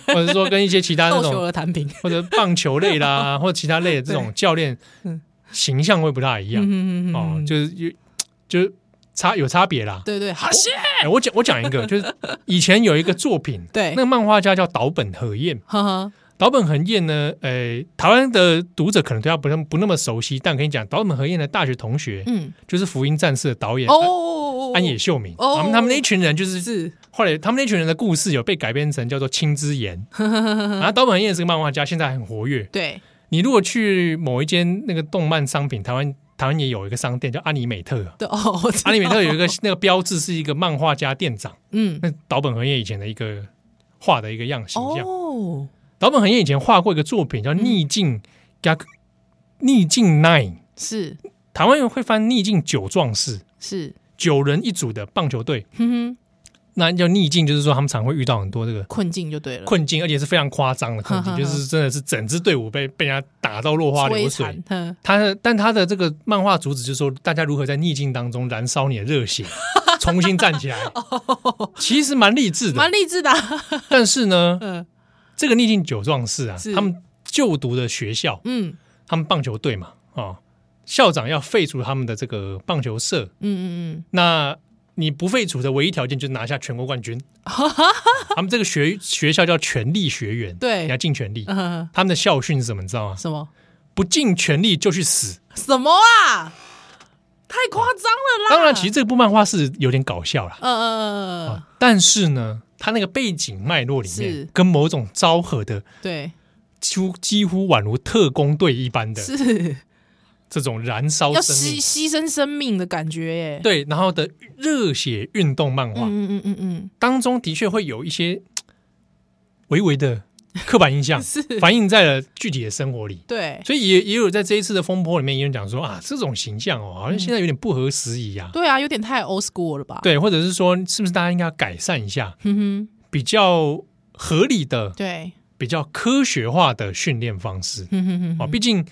或者说跟一些其他 [LAUGHS] 那斗球种而弹平。或者棒球类啦， [LAUGHS] 或者其他类的这种教练嗯形象会不大一样嗯哦，就是有就是差有差别啦。对对，好谢，哎我讲我讲一个，就是以前有一个作品，对那个漫画家叫岛本和彦。呵呵，岛本和彦呢，呃，台湾的读者可能对他不那么不那么熟悉，但我跟你讲，岛本和彦的大学同学嗯，就是《福音战士》的导演哦哦，哦安野秀明，哦他们他们那一群人就是是，后来他们那群人的故事有被改编成叫做《青之言》，嗯然后岛本彦也是个漫画家，现在还很活跃。对，你如果去某一间那个动漫商品，台湾台湾也有一个商店叫阿尼美 [LAUGHS] 特，对哦，我知阿尼美特有一个道，那个标志是一个漫画家店长，嗯，那岛本和彦以前的一个画的一个样形象。哦，岛本和彦以前画过一个作品叫《逆境》，逆境 Nine，是，台湾人会翻逆境九壮士，是，九人一组的棒球队。哼哼，那叫逆境，就是说他们常会遇到很多这个困境就对了，困境，而且是非常夸张的 [LAUGHS] 困境，就是真的是整支队伍被被人家打到落花流摧水残。，嗯，他的但他的这个漫画主旨就是说，大家如何在逆境当中燃烧你的热 [LAUGHS] 血，重新站起来，其实蛮励志的哦蛮。励志的啊，但是呢，嗯这个逆境九壮士啊是，他们就读的学校，嗯他们棒球队嘛，哦，校长要废除他们的这个棒球社，嗯嗯那你不废除的唯一条件就是拿下全国 [LAUGHS] 冠军。他们这个学学校叫全力学园，对你要尽全力嗯。嗯，他们的校训是什么？你知道吗？什么不尽全力就去死。什么啊？太夸张了啦！当然，其实这部漫画是有点搞笑啦，啊呃，呃呃，但是呢，它那个背景脉络里是面跟某种昭和的对，几乎几乎宛如特工队一般的是这种燃烧要生牺命，牺牲生命的感觉耶。对，然后的热血运动漫画嗯嗯嗯嗯当中，的确会有一些嘖微微的刻板印象嗯， [LAUGHS] 是，反映在了具体的生活里。对所以也也有在这一次的风波里面，也有讲说啊，这种形象哦，好像现在有点不合时宜啊。对啊，有点太 old school 了吧？，对，或者是说，是不是大家应该要改善一下，哼哼，比较合理的、对，比较科学化的训练方式哼哼哼哦？哼，毕竟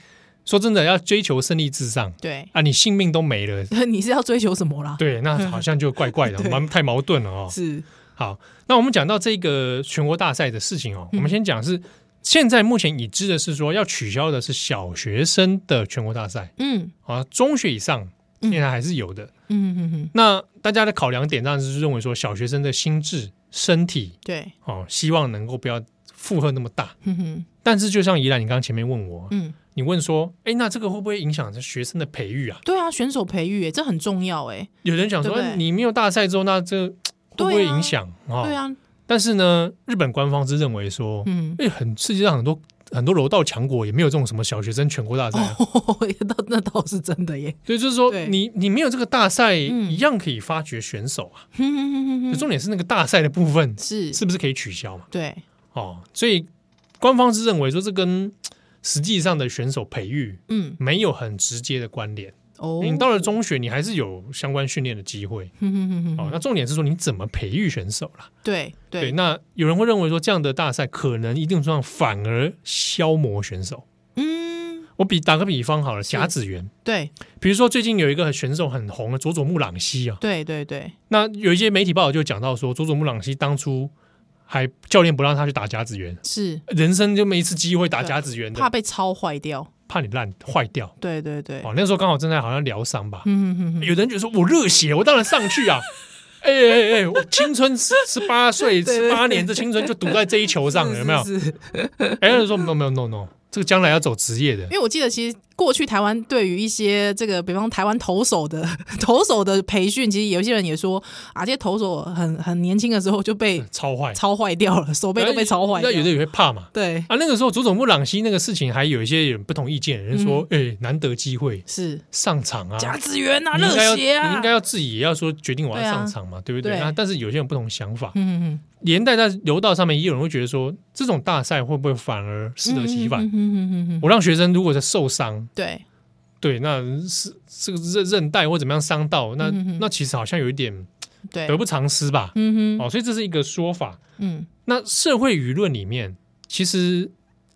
说真的，要追求胜利至上对， [LAUGHS] 啊，你性命都没了，你是要追求什么啦？对，那好像就怪怪的，嗯 [LAUGHS] 对蛮太矛盾了哦。是，好，那我们讲到这个全国大赛的事情哦，嗯我们先讲是现在目前已知的是说要取消的是小学生的全国大赛嗯啊，中学以上现在还是有的。嗯嗯嗯，那大家的考量点当然是认为说小学生的心智、身体对，哦，希望能够不要负荷那么大。哼哼，但是就像宜兰，你刚刚前面问我，嗯，你问说，哎，那这个会不会影响这学生的培育啊？对啊，选手培育耶，这很重要哎。有人讲说，对不对哎你没有大赛之后，那这会不会对啊影响啊对啊，但是呢，日本官方是认为说，嗯，因为很世界上很多很多柔道强国也没有这种什么小学生全国大赛、啊， [LAUGHS] 那那倒是真的 [LAUGHS] 耶。所以就是说哦对你你没有这个大赛，嗯一样可以发掘选手啊。哼哼哼哼哼重点是那个大赛的部分是是不是可以取消嘛？对，哦，所以官方是认为说这跟实际上的选手培育嗯，没有很直接的关联。哦，你到了中学，你还是有相关训练的机会。哼哼哼哼哦，那哼，重点是说你怎么培育选手啦。对对，嗯对，那有人会认为说这样的大赛可能一定程度上反而消磨选手。嗯，我比打个比方好了，甲子园，对比如说最近有一个选手很红的佐佐木朗希啊，对对对，那有一些媒体报道就讲到说，佐佐木朗希当初还教练不让他去打甲子园，是人生就没一次机会打甲子园的，怕怕被抄坏掉。怕你烂坏掉。对对对，哦，那时候刚好正在好像疗伤吧，嗯哼哼哼，有的人就说我热血，我当然上去啊。哎哎哎！我青春十十八岁、对十对八年，这青春就赌在这一球上了，有没有？是是是哎，有人说没有没有 no no，这个将来要走职业的因，为我记得，其实过去台湾对于一些这个，比方台湾投手的 [LAUGHS] 投手的培训，其实有些人也说啊，这些投手很很年轻的时候就被超坏，超坏掉了，手背都被超坏掉。嗯那有的也会怕嘛，对，啊，那个时候佐佐木朗希那个事情，还有一些人不同意见，有人说，嗯哎、难得机会是上场啊，甲子园啊，你应该要、热血啊，你应该要自己也要说决定我要对啊上场嘛，对不对？对啊，但是有些人有不同想法，嗯嗯嗯，连带在柔道上面，也有人会觉得说，这种大赛会不会反而适得其反？嗯嗯嗯嗯嗯嗯，我让学生如果是受伤，对，对，那是这个韧韧带或怎么样伤到，那、嗯嗯嗯那其实好像有一点对，得不偿失吧？嗯哼，哦，所以这是一个说法。嗯，那社会舆论里面，其实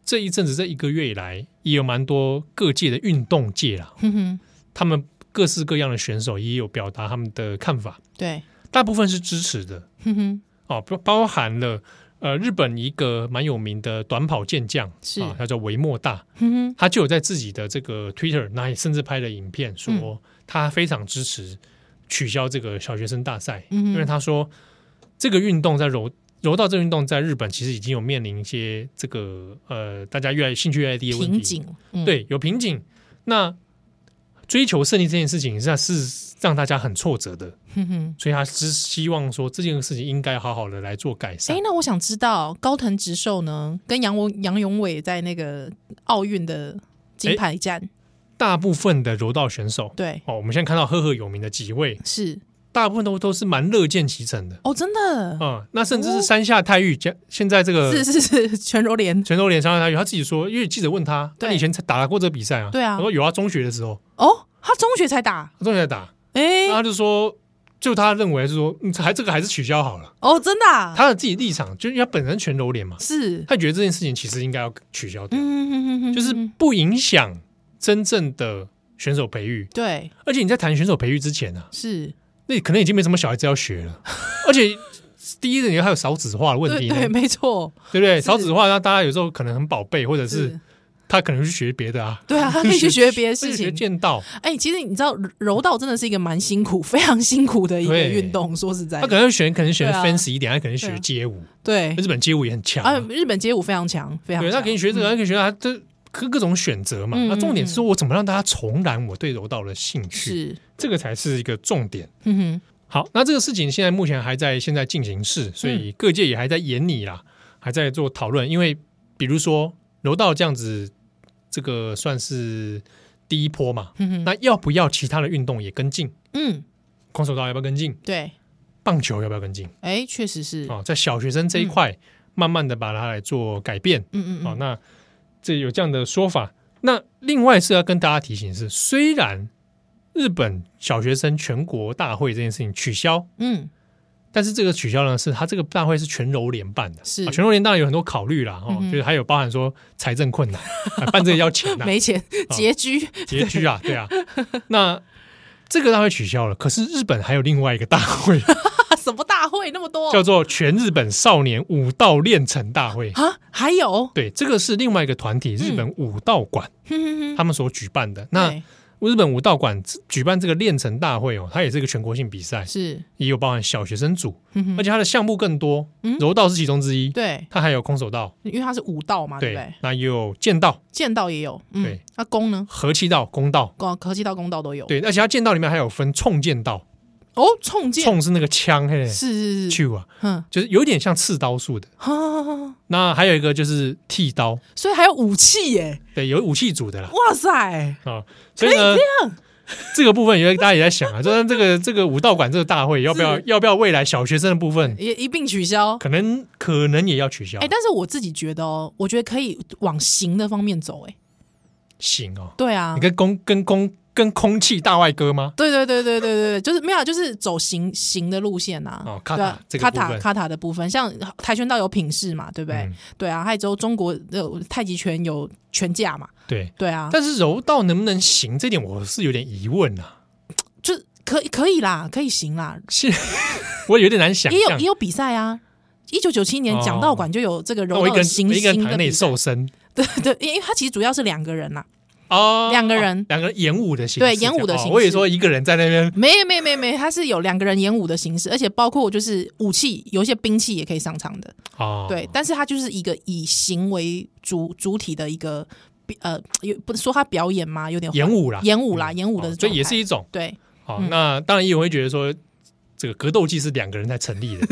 这一阵子这一个月以来，也有蛮多各界的运动界啦，哼哼，他们各式各样的选手也有表达他们的看法，对，嗯大部分是支持的哼哼，哦，包包含了呃日本一个蛮有名的短跑健将，是啊，他叫维莫大，哼哼，他就有在自己的这个 Twitter，那也甚至拍了影片嗯说他非常支持取消这个小学生大赛，嗯哼因为他说这个运动在柔柔道这个运动在日本其实已经有面临一些这个呃大家越来兴趣越来越低的问瓶题，颈，嗯，对，有瓶颈。那追求胜利这件事情是是让大家很挫折的，哼哼。所以他只希望说这件事情应该好好的来做改善哎，。那我想知道高藤直寿呢，跟杨文杨永伟在那个奥运的金牌战，大部分的柔道选手对，哦，我们现在看到赫赫有名的几位，是大部分都都是蛮乐见其成的。哦，真的，啊、那甚至是山下泰裕，加现在这个哦是是是，全柔连全都连山下泰裕，他自己说，因为记者问他，对他以前才打过这个比赛啊，对啊他说有啊，中学的时候，哦，他中学才打，中学打，哎、他就说，就他认为是说，嗯还这个还是取消好了。哦，真的、啊，他的自己立场，就是因为他本身全揉脸嘛，是，他觉得这件事情其实应该要取消掉，嗯，就是不影响真正的选手培育。对，而且你在谈选手培育之前啊，是，那可能已经没什么小孩子要学 [LAUGHS] 了，而且第一个你还有少子化的问对题呢，对，没错，对不对？少子化，那大家有时候可能很宝贝，或者是他可能去学别的啊，对啊，他可以去学别的事或者学情。剑道，哎、其实你知道，柔道真的是一个蛮辛苦、非常辛苦的一个对运动。说实在他，可能选可能选对啊 fancy 一点，他可能对学啊街舞，对日本街舞也很强啊啊，日本街舞非常强，非常对，强。他可以学这个，他可以学他这各各种选择嘛。嗯那嗯重点是说我怎么让大家重燃我对柔道的兴趣，是，这个才是一个重点。嗯哼，好，那这个事情现在目前还在现在进行嗯式，所以各界也还在研拟啦，还在做讨论。因为比如说柔道这样子，这个算是第一波嘛，嗯哼，那要不要其他的运动也跟进？嗯，空手道要不要跟进？对，棒球要不要跟进？哎、确实是，嗯哦，在小学生这一块，慢慢的把它来做改变。嗯嗯好、嗯，那这有这样的说法。那另外是要跟大家提醒是，虽然日本小学生全国大会这件事情取消，嗯，但是这个取消呢，是它这个大会是全柔联办的，是啊全柔联当然有很多考虑啦，哦，嗯哼就是还有包含说财政困难， [LAUGHS] 啊办这个要钱呐、没钱，哦拮 [LAUGHS] 据，拮据啊，对啊。那这个大会取消了，可是日本还有另外一个大会啊什么大会那么 [LAUGHS] 多叫做全日本少年武道练成大 [LAUGHS] 会，啊？还有，对，这个是另外一个团体日本武道馆 [LAUGHS] 哼哼哼他们所举办的。那嗯对日本武道馆举办这个练成大会哦，它也是一个全国性比赛，是，也有包含小学生组，嗯哼而且它的项目更多嗯，柔道是其中之一，对，它还有空手道，因为它是武道嘛，对不对啊对？，那也有剑道、剑道也有，嗯对，那弓呢？合气道、弓道，弓啊科技道、弓道都有。对，而且它剑道里面还有分冲剑道，哦，冲剑冲是那个枪，嘿，是是是，去啊，嗯，就是有点像刺刀术的。哈哈哈哈那还有一个就是剃刀，所以还有武器耶！对，有武器组的啦哇塞，啊，所以呢。这个部分也大家也在想 [LAUGHS] 啊，就是这个这个武道馆这个大会要不要是要不要未来小学生的部分也一并取消。可能可能也要取消哎、，但是我自己觉得哦，我觉得可以往行的方面走。哎，行哦，对啊你，跟空跟空跟空气大外哥吗？对对对对对对，对就是没有啊，就是走行行的路线呐、啊。哦卡塔对啊这个卡部塔分卡塔的部分，像跆拳道有品势嘛，对不对？嗯对啊，还有之后中国的太极拳有拳架嘛，对，对啊，但是柔道能不能行这点，我是有点疑问啊。就是可以可以啦，可以行啦，是，我有点难想也有象也。有比赛啊。一九九七年哦讲道馆就有这个那柔哦我一道个的人行我一个人星躺的在那比里赛，瘦身对 [LAUGHS] 对，因为它其实主要是两个人啊呐、哦，两个人哦两个人演武的形式对演武这的样形哦式我也说一个人在那边没有没有没有没有，它是有两个人演武的形式，而且包括就是武器，有一些兵器也可以上场的，哦，对，但是它就是一个以行为主主体的一个比呃，有不是说它表演吗？有点演武啦，演武啦，演武的哦状态，所以也是一种。对，好，嗯那当然也有人会觉得说，这个格斗技是两个人才成 [LAUGHS] 立的，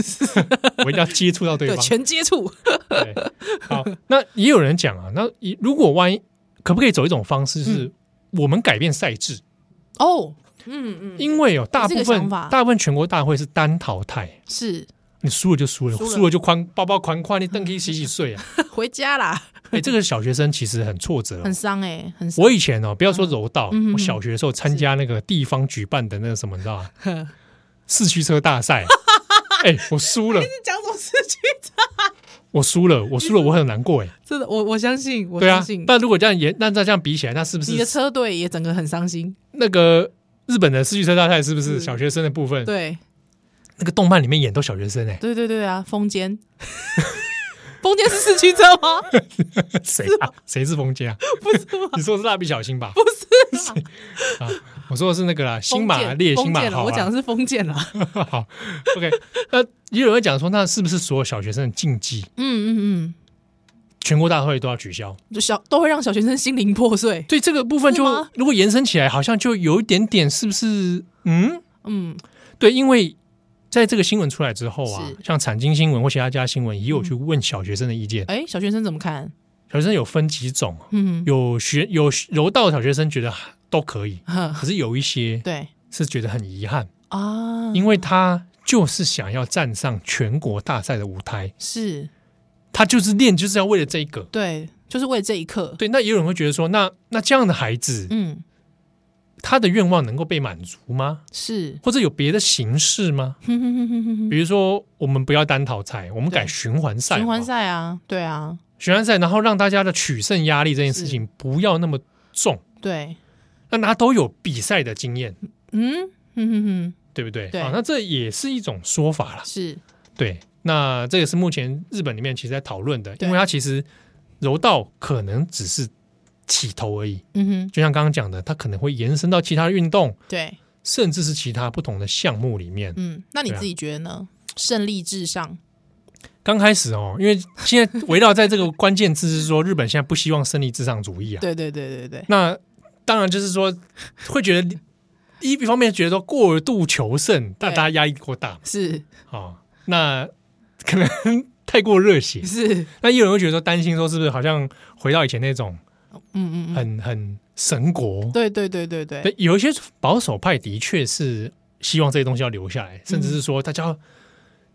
我一定要接触到对对，方。全 [LAUGHS] 接触，对，好，那也有人讲啊，那一如果万一可不可以走一种方式嗯是，我们改变赛制，哦，嗯嗯，因为有大这部个分想法大部分全国大会是单淘汰，是你输了就输了，输了输了就宽包包宽宽，你邓可以洗洗睡 [LAUGHS] 啊。回家啦，哎，这个小学生其实很挫折哦很。伤哎，很伤， [LAUGHS] 我以前哦，不要说柔道嗯嗯嗯，我小学的时候参加那个地方举办的那个什么，你知道吗？四驱车大 [LAUGHS] 赛，哎，我输了，讲什么事情？我输了，我输了，我很难过哎。真的，我我相信，我对啊相信，，但如果这样也那这样比起来，那是不是你的车队也整个很伤心，那个日本的四驱车大赛是不是是小学生的部分？嗯对，那个动漫里面演都小学生哎、对对对啊，风 [LAUGHS] 间，风间是四驱车吗？谁啊？谁是冯杰啊？不是吗？ [LAUGHS] 你说的是蜡笔小新吧？啊不是啦， [LAUGHS] 我说的是那个啦， [LAUGHS] 新马封建烈新封马啊建啦豪我讲啦。的是封建啦。 [LAUGHS] 好，OK。那也有人会讲说，那是不是所有小学生的竞技嗯嗯全国大会都要取消？嗯，就小都会让小学生心灵破碎。对这个部分是就吗如果延伸起来，好像就有一点点是不是？嗯，嗯，对，因为在这个新闻出来之后啊是，嗯像产经新闻或其他家新闻也有去问小学生的意见，哎，小学生怎么看？小学生有分几种哦。嗯， [LAUGHS] 有学有柔道的小学生觉得都可以，呵可是有一些对是觉得很遗憾，啊，因为他就是想要站上全国大赛的舞台，是他就是练就是要为了这一个。对，就是为了这一刻。对，那也有人会觉得说，那那这样的孩子嗯，他的愿望能够被满足吗？是，或者有别的形式吗？哼哼哼哼哼哼比如说，我们不要单淘汰，我们改对循环赛好循不好，环赛啊，对啊，循环赛，然后让大家的取胜压力这件事情不要那么重，对，让大家都有比赛的经验，嗯哼哼哼，对不对？对啊，那这也是一种说法啦。是对，那这也是目前日本里面其实在讨论的，对因为它其实柔道可能只是起头而已，嗯哼，就像刚刚讲的，它可能会延伸到其他的运动，对，甚至是其他不同的项目里面。嗯，那你对啊自己觉得呢？胜利至上，刚开始哦，因为现在围绕在这个关键字是说，日本现在不希望胜利至上主义啊。对对对对对， [LAUGHS] 那当然就是说，会觉得一一方面觉得说过度求胜，但对大家压力过大嘛，是哦，那可能太过热 [LAUGHS] 血。是，那也有人会觉得说担心说是不是好像回到以前那种嗯嗯嗯，很很神国？对对对对对，对，有一些保守派的确是希望这些东西要留下来，甚至是说大家要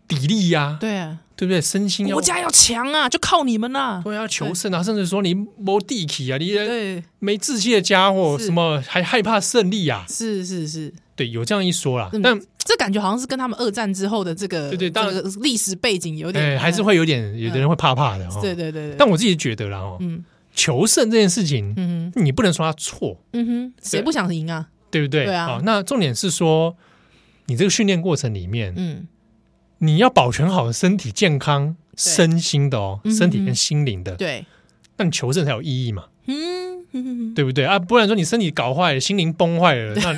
砥砺呀，嗯对啊，对不对？身心要国家要强啊，就靠你们啦，对啊，求胜啊，甚至说你没地气啊，你对，没志气的家伙，是什么还害怕胜利啊？是是是，对，有这样一说啦嗯，但这感觉好像是跟他们二战之后的这个对对当然这个历史背景有哎、点，还是会有点，有的人会怕怕的哦。对对对对，但我自己觉得啦哦，嗯求胜这件事情，嗯哼你不能说它错，嗯哼，谁对不想赢啊？对不对？对啊哦那重点是说，你这个训练过程里面，嗯，你要保全好身体健康、身心的哦，嗯哼身体跟心灵的，对，那你求胜才有意义嘛，嗯哼哼哼，对不对啊？不然说你身体搞坏了，心灵崩坏了，那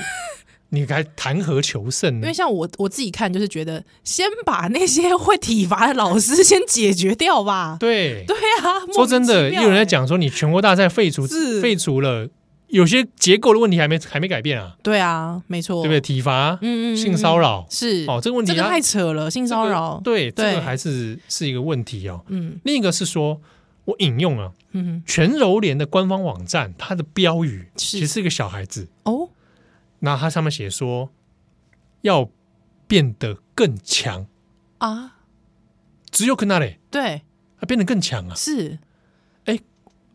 你还谈何求胜因呢为？像我我自己看，就是觉得先把那些会体罚的老师先解决掉吧。对，对啊，莫说名真其的，也妙有人在欸，讲说，你全国大赛废除是废除了，有些结构的问题还没还没改变啊。对啊，没错，对不对？体罚、嗯？嗯嗯，嗯性骚扰，是哦，这个问题这个它太扯了，性骚扰，对，这个对还是是一个问题哦。嗯另一个是说，我引用啊，嗯全柔联的官方网站，它的标语是其实是一个小孩子，哼，哦，那它上面写说要变得更强，啊，只有跟那里对，啊变得更强啊， [LAUGHS] 是，哎，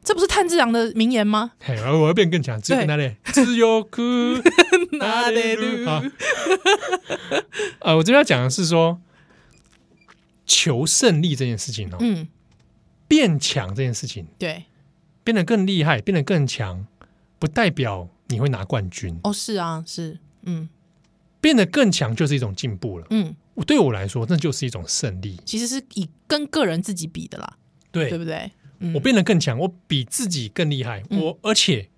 这不是炭治郎的名言吗？嘿，我要变更强，只有跟那里，只有哭 [LAUGHS] 哪里路好 [LAUGHS] 呃，我这边要讲的是说，求胜利这件事情哦，嗯，变强这件事情。对，变得更厉害，变得更强，不代表你会拿冠军。哦，是啊，是，嗯变得更强就是一种进步了。嗯，我对我来说，那就是一种胜利。其实是以跟个人自己比的啦，对对不对？嗯我变得更强，我比自己更厉害，嗯我而且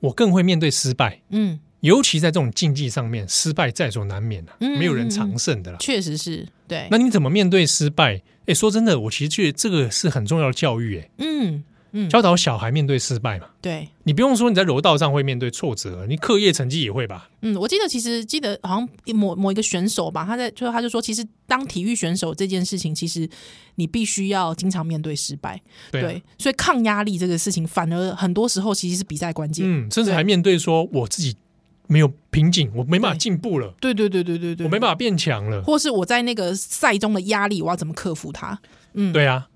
我更会面对失败，嗯，尤其在这种竞技上面，失败在所难免啊，嗯没有人常胜的啦。确实是，对，那你怎么面对失败？哎，说真的，我其实觉得这个是很重要的教育，哎，嗯嗯，教导小孩面对失败嘛。对，你不用说你在柔道上会面对挫折，你课业成绩也会吧？嗯，我记得其实记得好像某某一个选手吧，他在就他就说，其实当体育选手这件事情，其实你必须要经常面对失败，对啊所以抗压力这个事情，反而很多时候其实是比赛关键。嗯，甚至还面对说我自己没有瓶颈，我没办法进步了，对对对对对对，我没办法变强了。或是我在那个赛中的压力，我要怎么克服它？嗯，，对啊，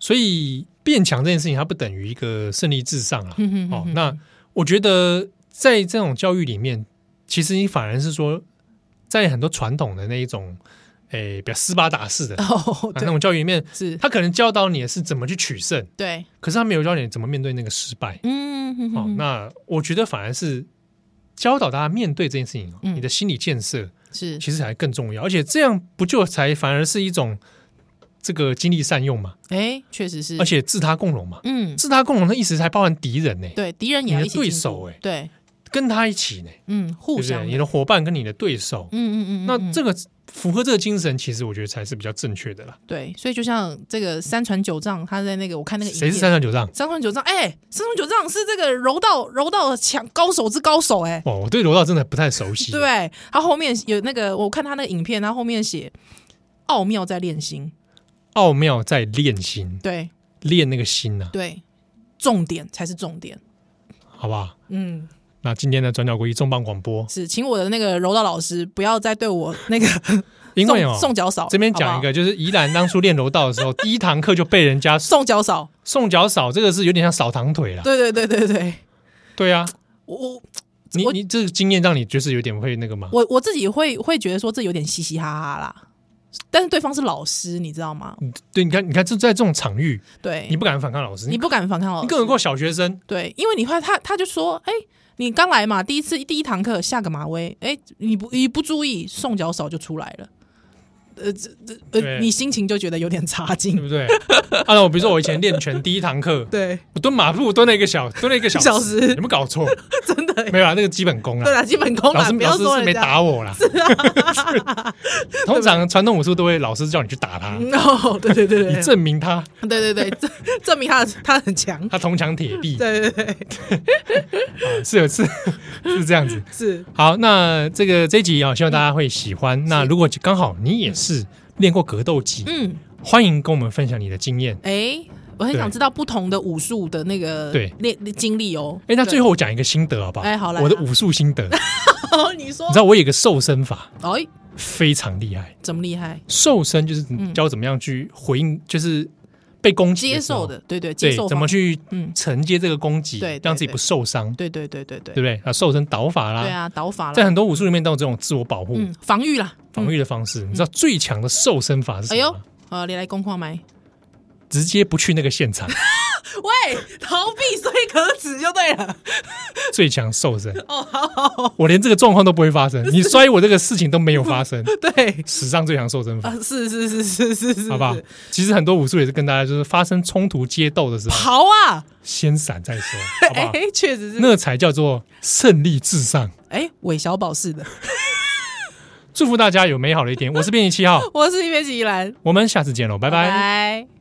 所以变强这件事情，它不等于一个胜利至上啊。嗯哼哦哼，哼那我觉得在这种教育里面，其实你反而是说，在很多传统的那一种，诶，比较斯巴达式的、啊、哦，那对，种教育里面，是，他可能教导你的是怎么去取胜，对，可是他没有教你怎么面对那个失败。嗯，哼哼哦，哼那我觉得反而是教导大家面对这件事情，哦嗯你的心理建设。是其实还更重要，而且这样不就才反而是一种这个精力善用嘛，哎，确实是，而且自他共荣嘛，嗯，自他共荣的意思才包含敌人呢、对，敌人也你要的一起对进步手哎对，跟他一起呢、嗯，对互不相对？的，你的伙伴跟你的对手，嗯嗯嗯，嗯那嗯这个符合这个精神，其实我觉得才是比较正确的啦。对，所以就像这个三传九丈，他在那个我看那个影谁是片三上九丈？三传九丈？哎、三传九丈是这个柔道柔道的强高手之高手、哎，哦，我对柔道真的不太熟悉。 [LAUGHS] 对不，啊对？他后面有那个我看他那个影片，他后面写奥妙在练心，奥妙在练心，对练那个心呐、对，重点才是重点。好不好？嗯，那今天的转角国际重磅广播，是，请我的那个柔道老师不要再对我那个 [LAUGHS] 因为哦宋，宋脚嫂这边讲一个，就是宜兰当初练柔道的时候， [LAUGHS] 第一堂课就被人家宋脚嫂，送脚扫这个是有点像扫堂腿啦。对对对对对，对啊，我我你我你这个经验让你就是有点会那个吗？我我自己会会觉得说这有点嘻嘻哈哈啦，但是对方是老师，你知道吗？对，你看，你看，这在这种场域，嗯对，你不敢反抗老师，哎你你不敢反抗老你师，更何况小学 [LAUGHS] 生，对，因为你看他他就说，哎、你刚来嘛，第一次第一堂课下个马威，哎、你不你不注意，送脚扫就出来了。呃，这这呃，对嗯你心情就觉得有点差对劲，不对？按照我比如说我以前练拳第一堂课，对，我蹲马步蹲了一个小蹲了一个小小时有没有搞错？ [LAUGHS] 真的，没有啊，那个基本功对啦。啦，基本功老啦，师不老要师说是人没家。啊打我啦， [LAUGHS] 通常传统武术都会老师叫你去打他， no，对哦 [LAUGHS] 对对嗯对以，证明他对对对，证证明他他很强， [LAUGHS] 他铜墙铁壁，对对对，啊是有是是这样子。是好，那这个这一集啊，希望大家会喜欢。那如果刚好你也是练过格斗技，嗯，欢迎跟我们分享你的经验。哎、我很对想知道不同的武术的那个对练经历哦。 [LAUGHS] 哎，那最后我讲一个心得好不好？哎好来我的武术心 [LAUGHS] 得，你后你说，知道我有一个瘦身法哎、非常厉害，怎么厉害？瘦身就是嗯教怎么样去回应，就是被攻击接的时候受的，对对，接对受，怎么方去嗯，承接这个攻击，对对让自己不受伤，对对对对对对不，对？啊，瘦身倒法对啦，啊，倒法在了，很多武术里面都有这种自我保护、嗯，防御啦，防御的方式。你知道最强的瘦身法是什哎么呦吗？，呃，你来公矿买，直接不去那个现场，喂，逃避虽可耻就对了，最强瘦身。 [LAUGHS] 哦，好，我连这个状况都不会发 [LAUGHS] 生，你摔我这个事情都没有发 [LAUGHS] 生，对，史上最强瘦身法啊，，是是是是是是，好不好是？其实很多武术也是跟大家就是发生冲突械斗的时 [LAUGHS] 候，跑啊，先闪再 [LAUGHS] 说，好不哎好？，确实是，那才叫做胜利至上。哎，韦小宝似的， [LAUGHS] 祝福大家有美好的一天，我是编辑七号，我是一边吉兰，我们下次见喽，拜拜拜。